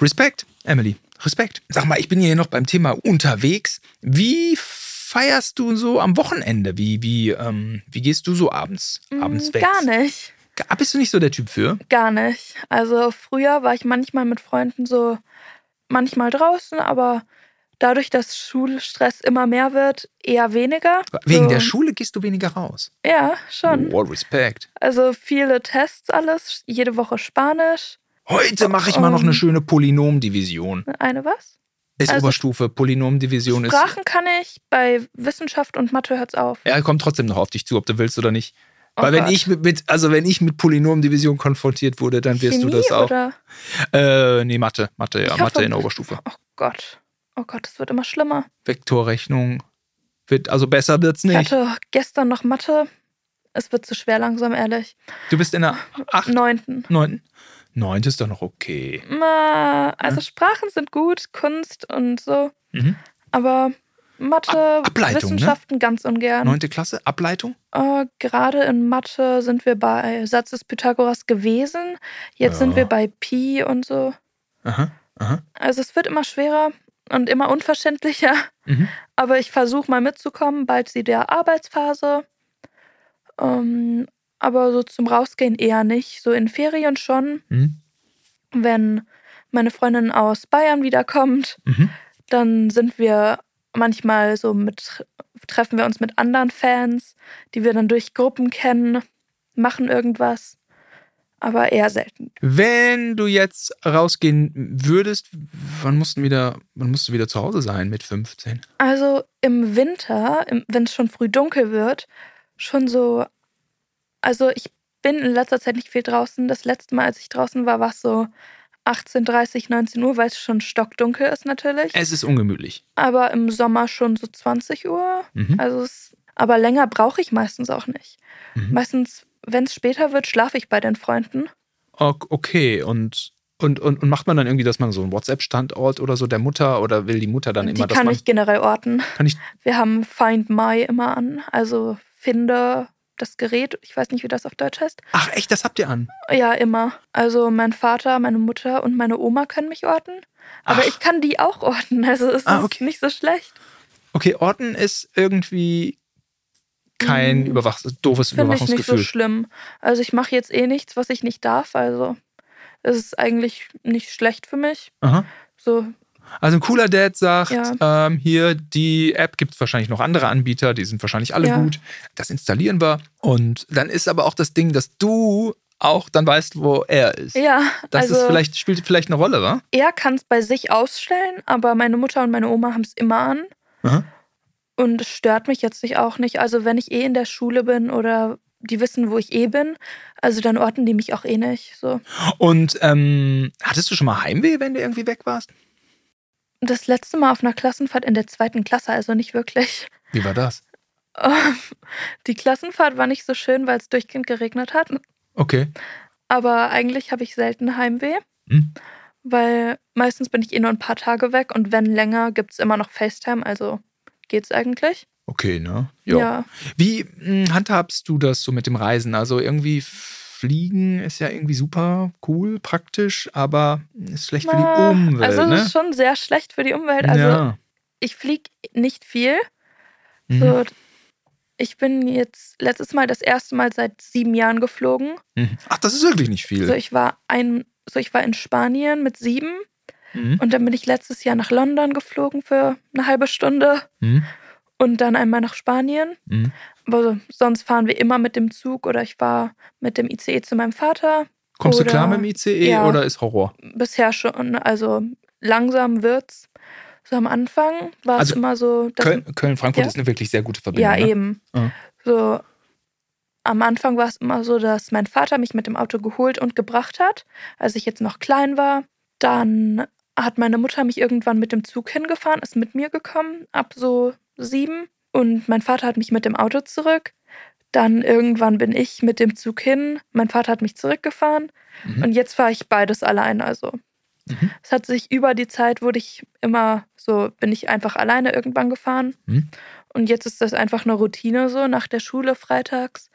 [SPEAKER 1] Respekt, Emily. Respekt. Sag mal, ich bin hier noch beim Thema unterwegs. Wie feierst du so am Wochenende? Wie, wie, ähm, wie gehst du so abends, abends weg?
[SPEAKER 2] Mm, Gar nicht.
[SPEAKER 1] Bist du nicht so der Typ für?
[SPEAKER 2] Gar nicht. Also früher war ich manchmal mit Freunden so, manchmal draußen, aber dadurch, dass Schulstress immer mehr wird, eher weniger.
[SPEAKER 1] Wegen
[SPEAKER 2] so,
[SPEAKER 1] der Schule gehst du weniger raus.
[SPEAKER 2] Ja, schon.
[SPEAKER 1] Oh, Respekt.
[SPEAKER 2] Also viele Tests alles, jede Woche Spanisch.
[SPEAKER 1] Heute mache ich mal noch eine
[SPEAKER 2] Ähm.
[SPEAKER 1] schöne Polynomdivision.
[SPEAKER 2] Eine was?
[SPEAKER 1] Ist
[SPEAKER 2] Also-
[SPEAKER 1] Oberstufe, Polynomdivision ist.
[SPEAKER 2] Sprachen kann ich, bei Wissenschaft und Mathe hört's auf.
[SPEAKER 1] Ja, kommt trotzdem noch auf dich zu, ob du willst oder nicht.
[SPEAKER 2] Oh
[SPEAKER 1] Weil wenn
[SPEAKER 2] Gott.
[SPEAKER 1] ich mit, mit, also wenn ich mit Polynomdivision konfrontiert wurde, dann wirst
[SPEAKER 2] Chemie
[SPEAKER 1] du das auch.
[SPEAKER 2] Oder?
[SPEAKER 1] Äh, nee, Mathe, Mathe, ja,
[SPEAKER 2] Ich hoffe-
[SPEAKER 1] Mathe in der Oberstufe.
[SPEAKER 2] Oh Gott. Oh Gott, es wird immer schlimmer.
[SPEAKER 1] Vektorrechnung wird, also besser wird's
[SPEAKER 2] Ich
[SPEAKER 1] nicht.
[SPEAKER 2] hatte gestern noch Mathe. Es wird zu schwer langsam, ehrlich.
[SPEAKER 1] Du bist in der acht,
[SPEAKER 2] Neunten.
[SPEAKER 1] neunten, neunte ist doch noch okay.
[SPEAKER 2] Ma, also
[SPEAKER 1] Ja.
[SPEAKER 2] Sprachen sind gut, Kunst und so,
[SPEAKER 1] Mhm.
[SPEAKER 2] aber Mathe,
[SPEAKER 1] Ab- Ableitung, ne?
[SPEAKER 2] Wissenschaften ganz ungern.
[SPEAKER 1] Neunte Klasse, Ableitung?
[SPEAKER 2] Äh, gerade in Mathe sind wir bei Satz des Pythagoras gewesen, jetzt
[SPEAKER 1] Ja.
[SPEAKER 2] sind wir bei Pi und so.
[SPEAKER 1] Aha, aha.
[SPEAKER 2] Also es wird immer schwerer und immer unverständlicher.
[SPEAKER 1] Mhm.
[SPEAKER 2] Aber ich versuche mal mitzukommen, bald sie der Arbeitsphase. Ähm, aber so zum Rausgehen eher nicht. So in Ferien schon,
[SPEAKER 1] Mhm.
[SPEAKER 2] wenn meine Freundin aus Bayern wiederkommt,
[SPEAKER 1] Mhm.
[SPEAKER 2] dann sind wir manchmal so mit, treffen wir uns mit anderen Fans, die wir dann durch Gruppen kennen, machen irgendwas. Aber eher selten.
[SPEAKER 1] Wenn du jetzt rausgehen würdest, wann musst du wieder, wann musst du wieder zu Hause sein mit 15?
[SPEAKER 2] Also im Winter, wenn es schon früh dunkel wird, schon so. Also ich bin in letzter Zeit nicht viel draußen. Das letzte Mal, als ich draußen war, war es so 18:30, 19 Uhr, weil es schon stockdunkel ist natürlich.
[SPEAKER 1] Es ist ungemütlich.
[SPEAKER 2] Aber im Sommer schon so 20 Uhr.
[SPEAKER 1] Mhm.
[SPEAKER 2] Also es, aber länger brauche ich meistens auch nicht.
[SPEAKER 1] Mhm.
[SPEAKER 2] Meistens, wenn es später wird, schlafe ich bei den Freunden.
[SPEAKER 1] Ok- Okay, und, und, und, und macht man dann irgendwie, dass man so einen WhatsApp-Standort oder so der Mutter oder will die Mutter dann
[SPEAKER 2] Die
[SPEAKER 1] immer, dass
[SPEAKER 2] kann
[SPEAKER 1] man.
[SPEAKER 2] ich generell orten.
[SPEAKER 1] kann ich.
[SPEAKER 2] Wir haben Find My immer an, also finde das Gerät. Ich weiß nicht, wie das auf Deutsch heißt.
[SPEAKER 1] Ach, echt, das habt ihr an.
[SPEAKER 2] Ja, immer. Also mein Vater, meine Mutter und meine Oma können mich orten. Aber
[SPEAKER 1] Ach.
[SPEAKER 2] ich kann die auch orten. Also es
[SPEAKER 1] Ah,
[SPEAKER 2] ist
[SPEAKER 1] okay.
[SPEAKER 2] nicht so schlecht.
[SPEAKER 1] Okay, Orten ist irgendwie kein Überwach doofes
[SPEAKER 2] Finde ich Hm. nicht so
[SPEAKER 1] Überwachungsgefühl.
[SPEAKER 2] schlimm. Also ich mache jetzt eh nichts, was ich nicht darf. Also es ist eigentlich nicht schlecht für mich.
[SPEAKER 1] Aha.
[SPEAKER 2] So,
[SPEAKER 1] Also ein cooler Dad sagt,
[SPEAKER 2] Ja.
[SPEAKER 1] ähm, hier die App gibt es wahrscheinlich noch andere Anbieter, die sind wahrscheinlich alle
[SPEAKER 2] Ja.
[SPEAKER 1] gut. Das installieren wir. Und dann ist aber auch das Ding, dass du auch dann weißt, wo er ist.
[SPEAKER 2] ja.
[SPEAKER 1] Das
[SPEAKER 2] also
[SPEAKER 1] ist vielleicht, spielt vielleicht eine Rolle, wa?
[SPEAKER 2] er kann es bei sich ausstellen, aber meine Mutter und meine Oma haben es immer an.
[SPEAKER 1] Aha.
[SPEAKER 2] Und es stört mich jetzt nicht auch nicht. Also wenn ich eh in der Schule bin oder die wissen, wo ich eh bin, also dann orten die mich auch eh nicht. So.
[SPEAKER 1] Und ähm, hattest du schon mal Heimweh, wenn du irgendwie weg warst?
[SPEAKER 2] Das letzte Mal auf einer Klassenfahrt in der zweiten Klasse, also nicht wirklich. Ähm,
[SPEAKER 1] Wie war das?
[SPEAKER 2] Die Klassenfahrt war nicht so schön, weil es durchgehend geregnet hat.
[SPEAKER 1] Okay.
[SPEAKER 2] Aber eigentlich habe ich selten Heimweh,
[SPEAKER 1] Hm.
[SPEAKER 2] weil meistens bin ich eh nur ein paar Tage weg und wenn länger, gibt es immer noch FaceTime, also geht's eigentlich.
[SPEAKER 1] Okay, ne?
[SPEAKER 2] Ja.
[SPEAKER 1] Wie mh, handhabst du das so mit dem Reisen? Also irgendwie fliegen ist ja irgendwie super cool, praktisch, aber ist schlecht für die
[SPEAKER 2] Ah,
[SPEAKER 1] Umwelt,
[SPEAKER 2] also
[SPEAKER 1] ne?
[SPEAKER 2] es ist schon sehr schlecht für die Umwelt. Also
[SPEAKER 1] ja.
[SPEAKER 2] ich fliege nicht viel.
[SPEAKER 1] Mhm.
[SPEAKER 2] So, ich bin jetzt letztes Mal das erste Mal seit sieben Jahren geflogen.
[SPEAKER 1] Mhm. Ach, das ist wirklich nicht viel.
[SPEAKER 2] So, ich war ein, so ich war in Spanien mit sieben
[SPEAKER 1] Mhm.
[SPEAKER 2] Und dann bin ich letztes Jahr nach London geflogen für eine halbe Stunde
[SPEAKER 1] Mhm.
[SPEAKER 2] und dann einmal nach Spanien.
[SPEAKER 1] Mhm.
[SPEAKER 2] Aber so- sonst fahren wir immer mit dem Zug oder ich war mit dem ICE zu meinem Vater.
[SPEAKER 1] Kommst du
[SPEAKER 2] oder-
[SPEAKER 1] klar mit dem ICE
[SPEAKER 2] ja.
[SPEAKER 1] oder ist Horror?
[SPEAKER 2] Bisher schon, also langsam wird's. So am Anfang war es
[SPEAKER 1] Also
[SPEAKER 2] immer so, dass.
[SPEAKER 1] Köln, Köln, Frankfurt
[SPEAKER 2] Ja.
[SPEAKER 1] ist eine wirklich sehr gute Verbindung.
[SPEAKER 2] ja, eh.
[SPEAKER 1] ne?
[SPEAKER 2] eben.
[SPEAKER 1] Ja.
[SPEAKER 2] So am Anfang war es immer so, dass mein Vater mich mit dem Auto geholt und gebracht hat, als ich jetzt noch klein war. Dann hat meine Mutter mich irgendwann mit dem Zug hingefahren, ist mit mir gekommen, ab so sieben. Und mein Vater hat mich mit dem Auto zurück. Dann irgendwann bin ich mit dem Zug hin. Mein Vater hat mich zurückgefahren.
[SPEAKER 1] Mhm.
[SPEAKER 2] Und jetzt fahre ich beides allein. Also
[SPEAKER 1] Mhm.
[SPEAKER 2] es hat sich über die Zeit wurde ich immer so, bin ich einfach alleine irgendwann gefahren.
[SPEAKER 1] Mhm.
[SPEAKER 2] Und jetzt ist das einfach eine Routine so, nach der Schule freitags,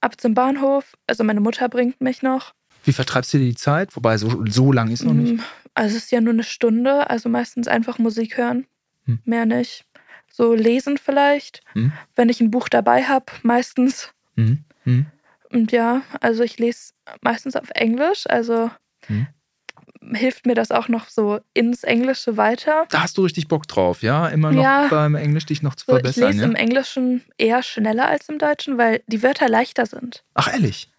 [SPEAKER 2] ab zum Bahnhof. Also meine Mutter bringt mich noch.
[SPEAKER 1] Wie vertreibst du dir die Zeit? Wobei, so, so lang ist noch nicht.
[SPEAKER 2] Mm, Also es ist ja nur eine Stunde, also meistens einfach Musik hören.
[SPEAKER 1] Hm.
[SPEAKER 2] Mehr nicht. So lesen vielleicht,
[SPEAKER 1] Mhm.
[SPEAKER 2] wenn ich ein Buch dabei habe, meistens.
[SPEAKER 1] Mhm. Mhm.
[SPEAKER 2] Und ja, also ich lese meistens auf Englisch, also
[SPEAKER 1] Hm.
[SPEAKER 2] hilft mir das auch noch so ins Englische weiter.
[SPEAKER 1] Da hast du richtig Bock drauf, ja? Immer noch
[SPEAKER 2] Ja.
[SPEAKER 1] beim Englisch dich noch zu
[SPEAKER 2] So, ich
[SPEAKER 1] verbessern.
[SPEAKER 2] lese
[SPEAKER 1] ja?
[SPEAKER 2] im Englischen eher schneller als im Deutschen, weil die Wörter leichter sind.
[SPEAKER 1] Ach, ehrlich?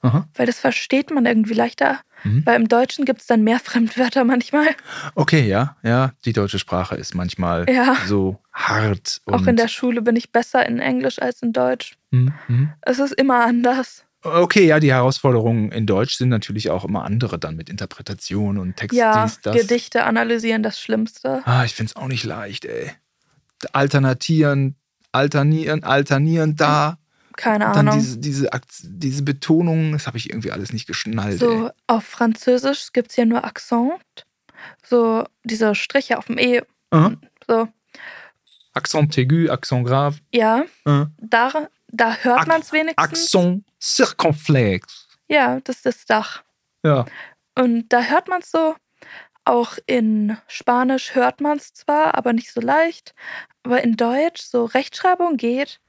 [SPEAKER 1] Aha.
[SPEAKER 2] Weil das versteht man irgendwie leichter.
[SPEAKER 1] Mhm.
[SPEAKER 2] Weil im Deutschen gibt es dann mehr Fremdwörter manchmal.
[SPEAKER 1] Okay, ja, ja. Die deutsche Sprache ist manchmal
[SPEAKER 2] Ja.
[SPEAKER 1] so hart. Und,
[SPEAKER 2] Auch in der Schule bin ich besser in Englisch als in Deutsch.
[SPEAKER 1] Mhm, mhm.
[SPEAKER 2] Es ist immer anders.
[SPEAKER 1] Okay, ja, die Herausforderungen in Deutsch sind natürlich auch immer andere dann mit Interpretation und Text,
[SPEAKER 2] Ja,
[SPEAKER 1] dies, das.
[SPEAKER 2] Gedichte analysieren das Schlimmste.
[SPEAKER 1] Ah, ich find's auch nicht leicht, ey. Alternatieren, alternieren, alternieren da.
[SPEAKER 2] Keine
[SPEAKER 1] Dann
[SPEAKER 2] Ahnung.
[SPEAKER 1] diese, diese, Ak- diese Betonung, das habe ich irgendwie alles nicht geschnallt, ey.
[SPEAKER 2] So, auf Französisch gibt es ja nur Accent. So, diese Striche auf dem E.
[SPEAKER 1] Aha.
[SPEAKER 2] So,
[SPEAKER 1] Accent aigu, Accent grave,
[SPEAKER 2] ja,
[SPEAKER 1] äh.
[SPEAKER 2] da, da hört
[SPEAKER 1] Ac-
[SPEAKER 2] man es wenigstens.
[SPEAKER 1] Accent circonflexe.
[SPEAKER 2] Ja, das ist das Dach.
[SPEAKER 1] Ja.
[SPEAKER 2] Und da hört man es so. Auch in Spanisch hört man es zwar, aber nicht so leicht. Aber in Deutsch, so Rechtschreibung geht.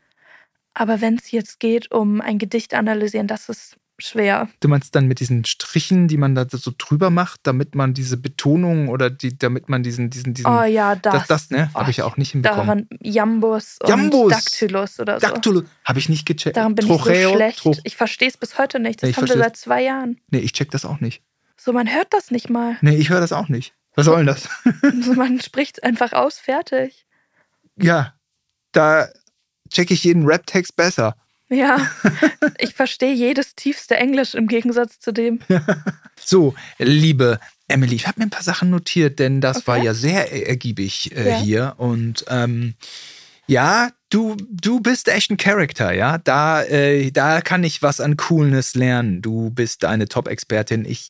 [SPEAKER 2] Aber wenn es jetzt geht um ein Gedicht analysieren, das ist schwer.
[SPEAKER 1] Du meinst dann mit diesen Strichen, die man da so drüber macht, damit man diese Betonung oder die, damit man diesen, diesen, diesen.
[SPEAKER 2] oh ja, das.
[SPEAKER 1] das, das ne? Habe ich
[SPEAKER 2] Oh,
[SPEAKER 1] ja auch nicht hinbekommen.
[SPEAKER 2] Daran Jambus und
[SPEAKER 1] Jambus!
[SPEAKER 2] Dactylus oder so.
[SPEAKER 1] Dactylus habe ich nicht gecheckt.
[SPEAKER 2] Daran bin ich so schlecht.
[SPEAKER 1] Troch-
[SPEAKER 2] ich verstehe es bis heute nicht. Das
[SPEAKER 1] Nee, ich
[SPEAKER 2] haben wir
[SPEAKER 1] versteh's.
[SPEAKER 2] seit zwei Jahren.
[SPEAKER 1] nee, ich check das auch nicht.
[SPEAKER 2] So, man hört das nicht mal.
[SPEAKER 1] Nee, ich höre das auch nicht. Was soll denn das?
[SPEAKER 2] so, man spricht es einfach aus, fertig.
[SPEAKER 1] ja, da check ich jeden Rap-Text besser.
[SPEAKER 2] Ja, ich verstehe jedes tiefste Englisch im Gegensatz zu dem.
[SPEAKER 1] So, liebe Emily, ich habe mir ein paar Sachen notiert, denn das
[SPEAKER 2] Okay.
[SPEAKER 1] war ja sehr er- ergiebig äh,
[SPEAKER 2] Ja.
[SPEAKER 1] hier. Und ähm, ja, du, du bist echt ein Charakter, ja. Da, äh, da kann ich was an Coolness lernen. Du bist eine Top-Expertin. Ich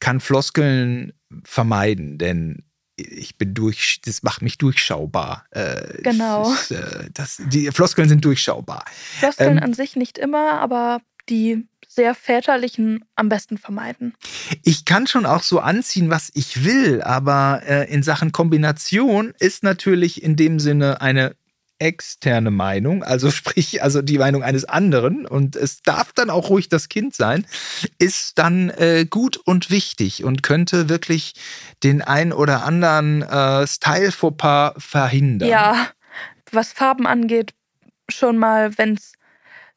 [SPEAKER 1] kann Floskeln vermeiden, denn ich bin durch, das macht mich durchschaubar. Äh,
[SPEAKER 2] Genau.
[SPEAKER 1] Das, ist, äh, das, die Floskeln sind durchschaubar.
[SPEAKER 2] Floskeln
[SPEAKER 1] Ähm.
[SPEAKER 2] an sich nicht immer, aber die sehr väterlichen am besten vermeiden.
[SPEAKER 1] ich kann schon auch so anziehen, was ich will, aber äh, in Sachen Kombination ist natürlich in dem Sinne eine externe Meinung, also sprich, also die Meinung eines anderen und es darf dann auch ruhig das Kind sein, ist dann äh, gut und wichtig und könnte wirklich den ein oder anderen äh, Style-Fauxpas verhindern.
[SPEAKER 2] Ja, was Farben angeht, schon mal, wenn es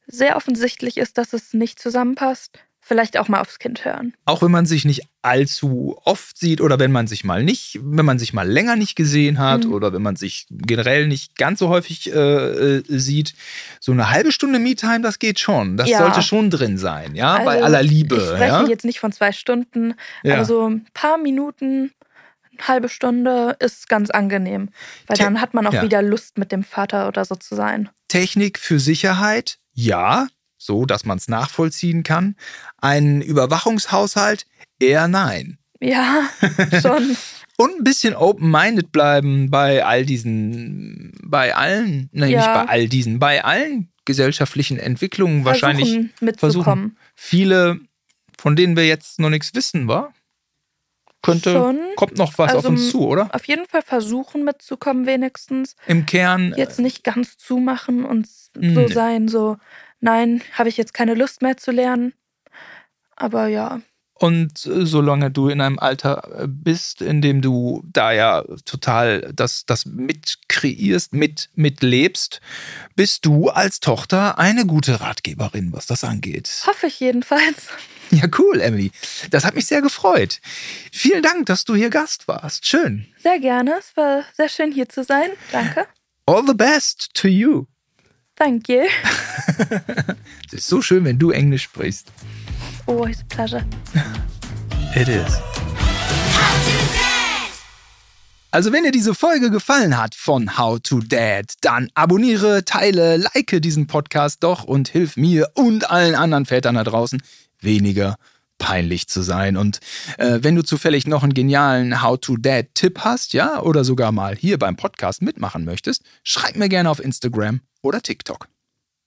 [SPEAKER 2] sehr offensichtlich ist, dass es nicht zusammenpasst, vielleicht auch mal aufs Kind hören.
[SPEAKER 1] auch wenn man sich nicht allzu oft sieht oder wenn man sich mal nicht, wenn man sich mal länger nicht gesehen hat
[SPEAKER 2] Mhm.
[SPEAKER 1] oder wenn man sich generell nicht ganz so häufig äh, äh, sieht, so eine halbe Stunde Me-Time, das geht schon. Das
[SPEAKER 2] Ja.
[SPEAKER 1] sollte schon drin sein, ja, Ah, bei
[SPEAKER 2] Also,
[SPEAKER 1] aller
[SPEAKER 2] Ich
[SPEAKER 1] Liebe.
[SPEAKER 2] spreche
[SPEAKER 1] Ja?
[SPEAKER 2] jetzt also nicht von zwei Stunden,
[SPEAKER 1] Ja.
[SPEAKER 2] aber so ein paar Minuten, eine halbe Stunde ist ganz angenehm, weil
[SPEAKER 1] Te-
[SPEAKER 2] dann hat man auch
[SPEAKER 1] ja.
[SPEAKER 2] wieder Lust, mit dem Vater oder so zu sein.
[SPEAKER 1] Technik für Sicherheit, ja, so dass man es nachvollziehen kann. Ein Überwachungshaushalt, eher nein.
[SPEAKER 2] Ja, schon.
[SPEAKER 1] Und ein bisschen open-minded bleiben bei all diesen, bei allen, nein,
[SPEAKER 2] Ja.
[SPEAKER 1] nicht bei all diesen, bei allen gesellschaftlichen Entwicklungen wahrscheinlich
[SPEAKER 2] versuchen, mitzukommen.
[SPEAKER 1] viele, von denen wir jetzt noch nichts wissen, war? Könnte,
[SPEAKER 2] Schon.
[SPEAKER 1] kommt noch was auf
[SPEAKER 2] Also,
[SPEAKER 1] uns zu, oder?
[SPEAKER 2] Auf jeden Fall versuchen mitzukommen wenigstens.
[SPEAKER 1] Im Kern,
[SPEAKER 2] Jetzt nicht ganz zumachen und s-
[SPEAKER 1] Nee.
[SPEAKER 2] so sein, so, nein, habe ich jetzt keine Lust mehr zu lernen. Aber ja,
[SPEAKER 1] Und äh, solange du in einem Alter äh, bist, in dem du da ja total das, das mit kreierst, mit, mitlebst, bist du als Tochter eine gute Ratgeberin, was das angeht.
[SPEAKER 2] hoffe ich jedenfalls.
[SPEAKER 1] Ja, cool, Emily. Das hat mich sehr gefreut. Vielen Dank, dass du hier Gast warst. Schön.
[SPEAKER 2] Sehr gerne. Es war sehr schön hier zu sein. Danke.
[SPEAKER 1] All the best to you.
[SPEAKER 2] Danke.
[SPEAKER 1] Es ist so schön, wenn du Englisch sprichst.
[SPEAKER 2] Oh, it's a pleasure.
[SPEAKER 1] It is. Also wenn dir diese Folge gefallen hat von How to Dad, dann abonniere, teile, like diesen Podcast doch und hilf mir und allen anderen Vätern da draußen weniger peinlich zu sein. Und äh, wenn du zufällig noch einen genialen How to Dad-Tipp hast, ja, oder sogar mal hier beim Podcast mitmachen möchtest, schreib mir gerne auf Instagram oder TikTok.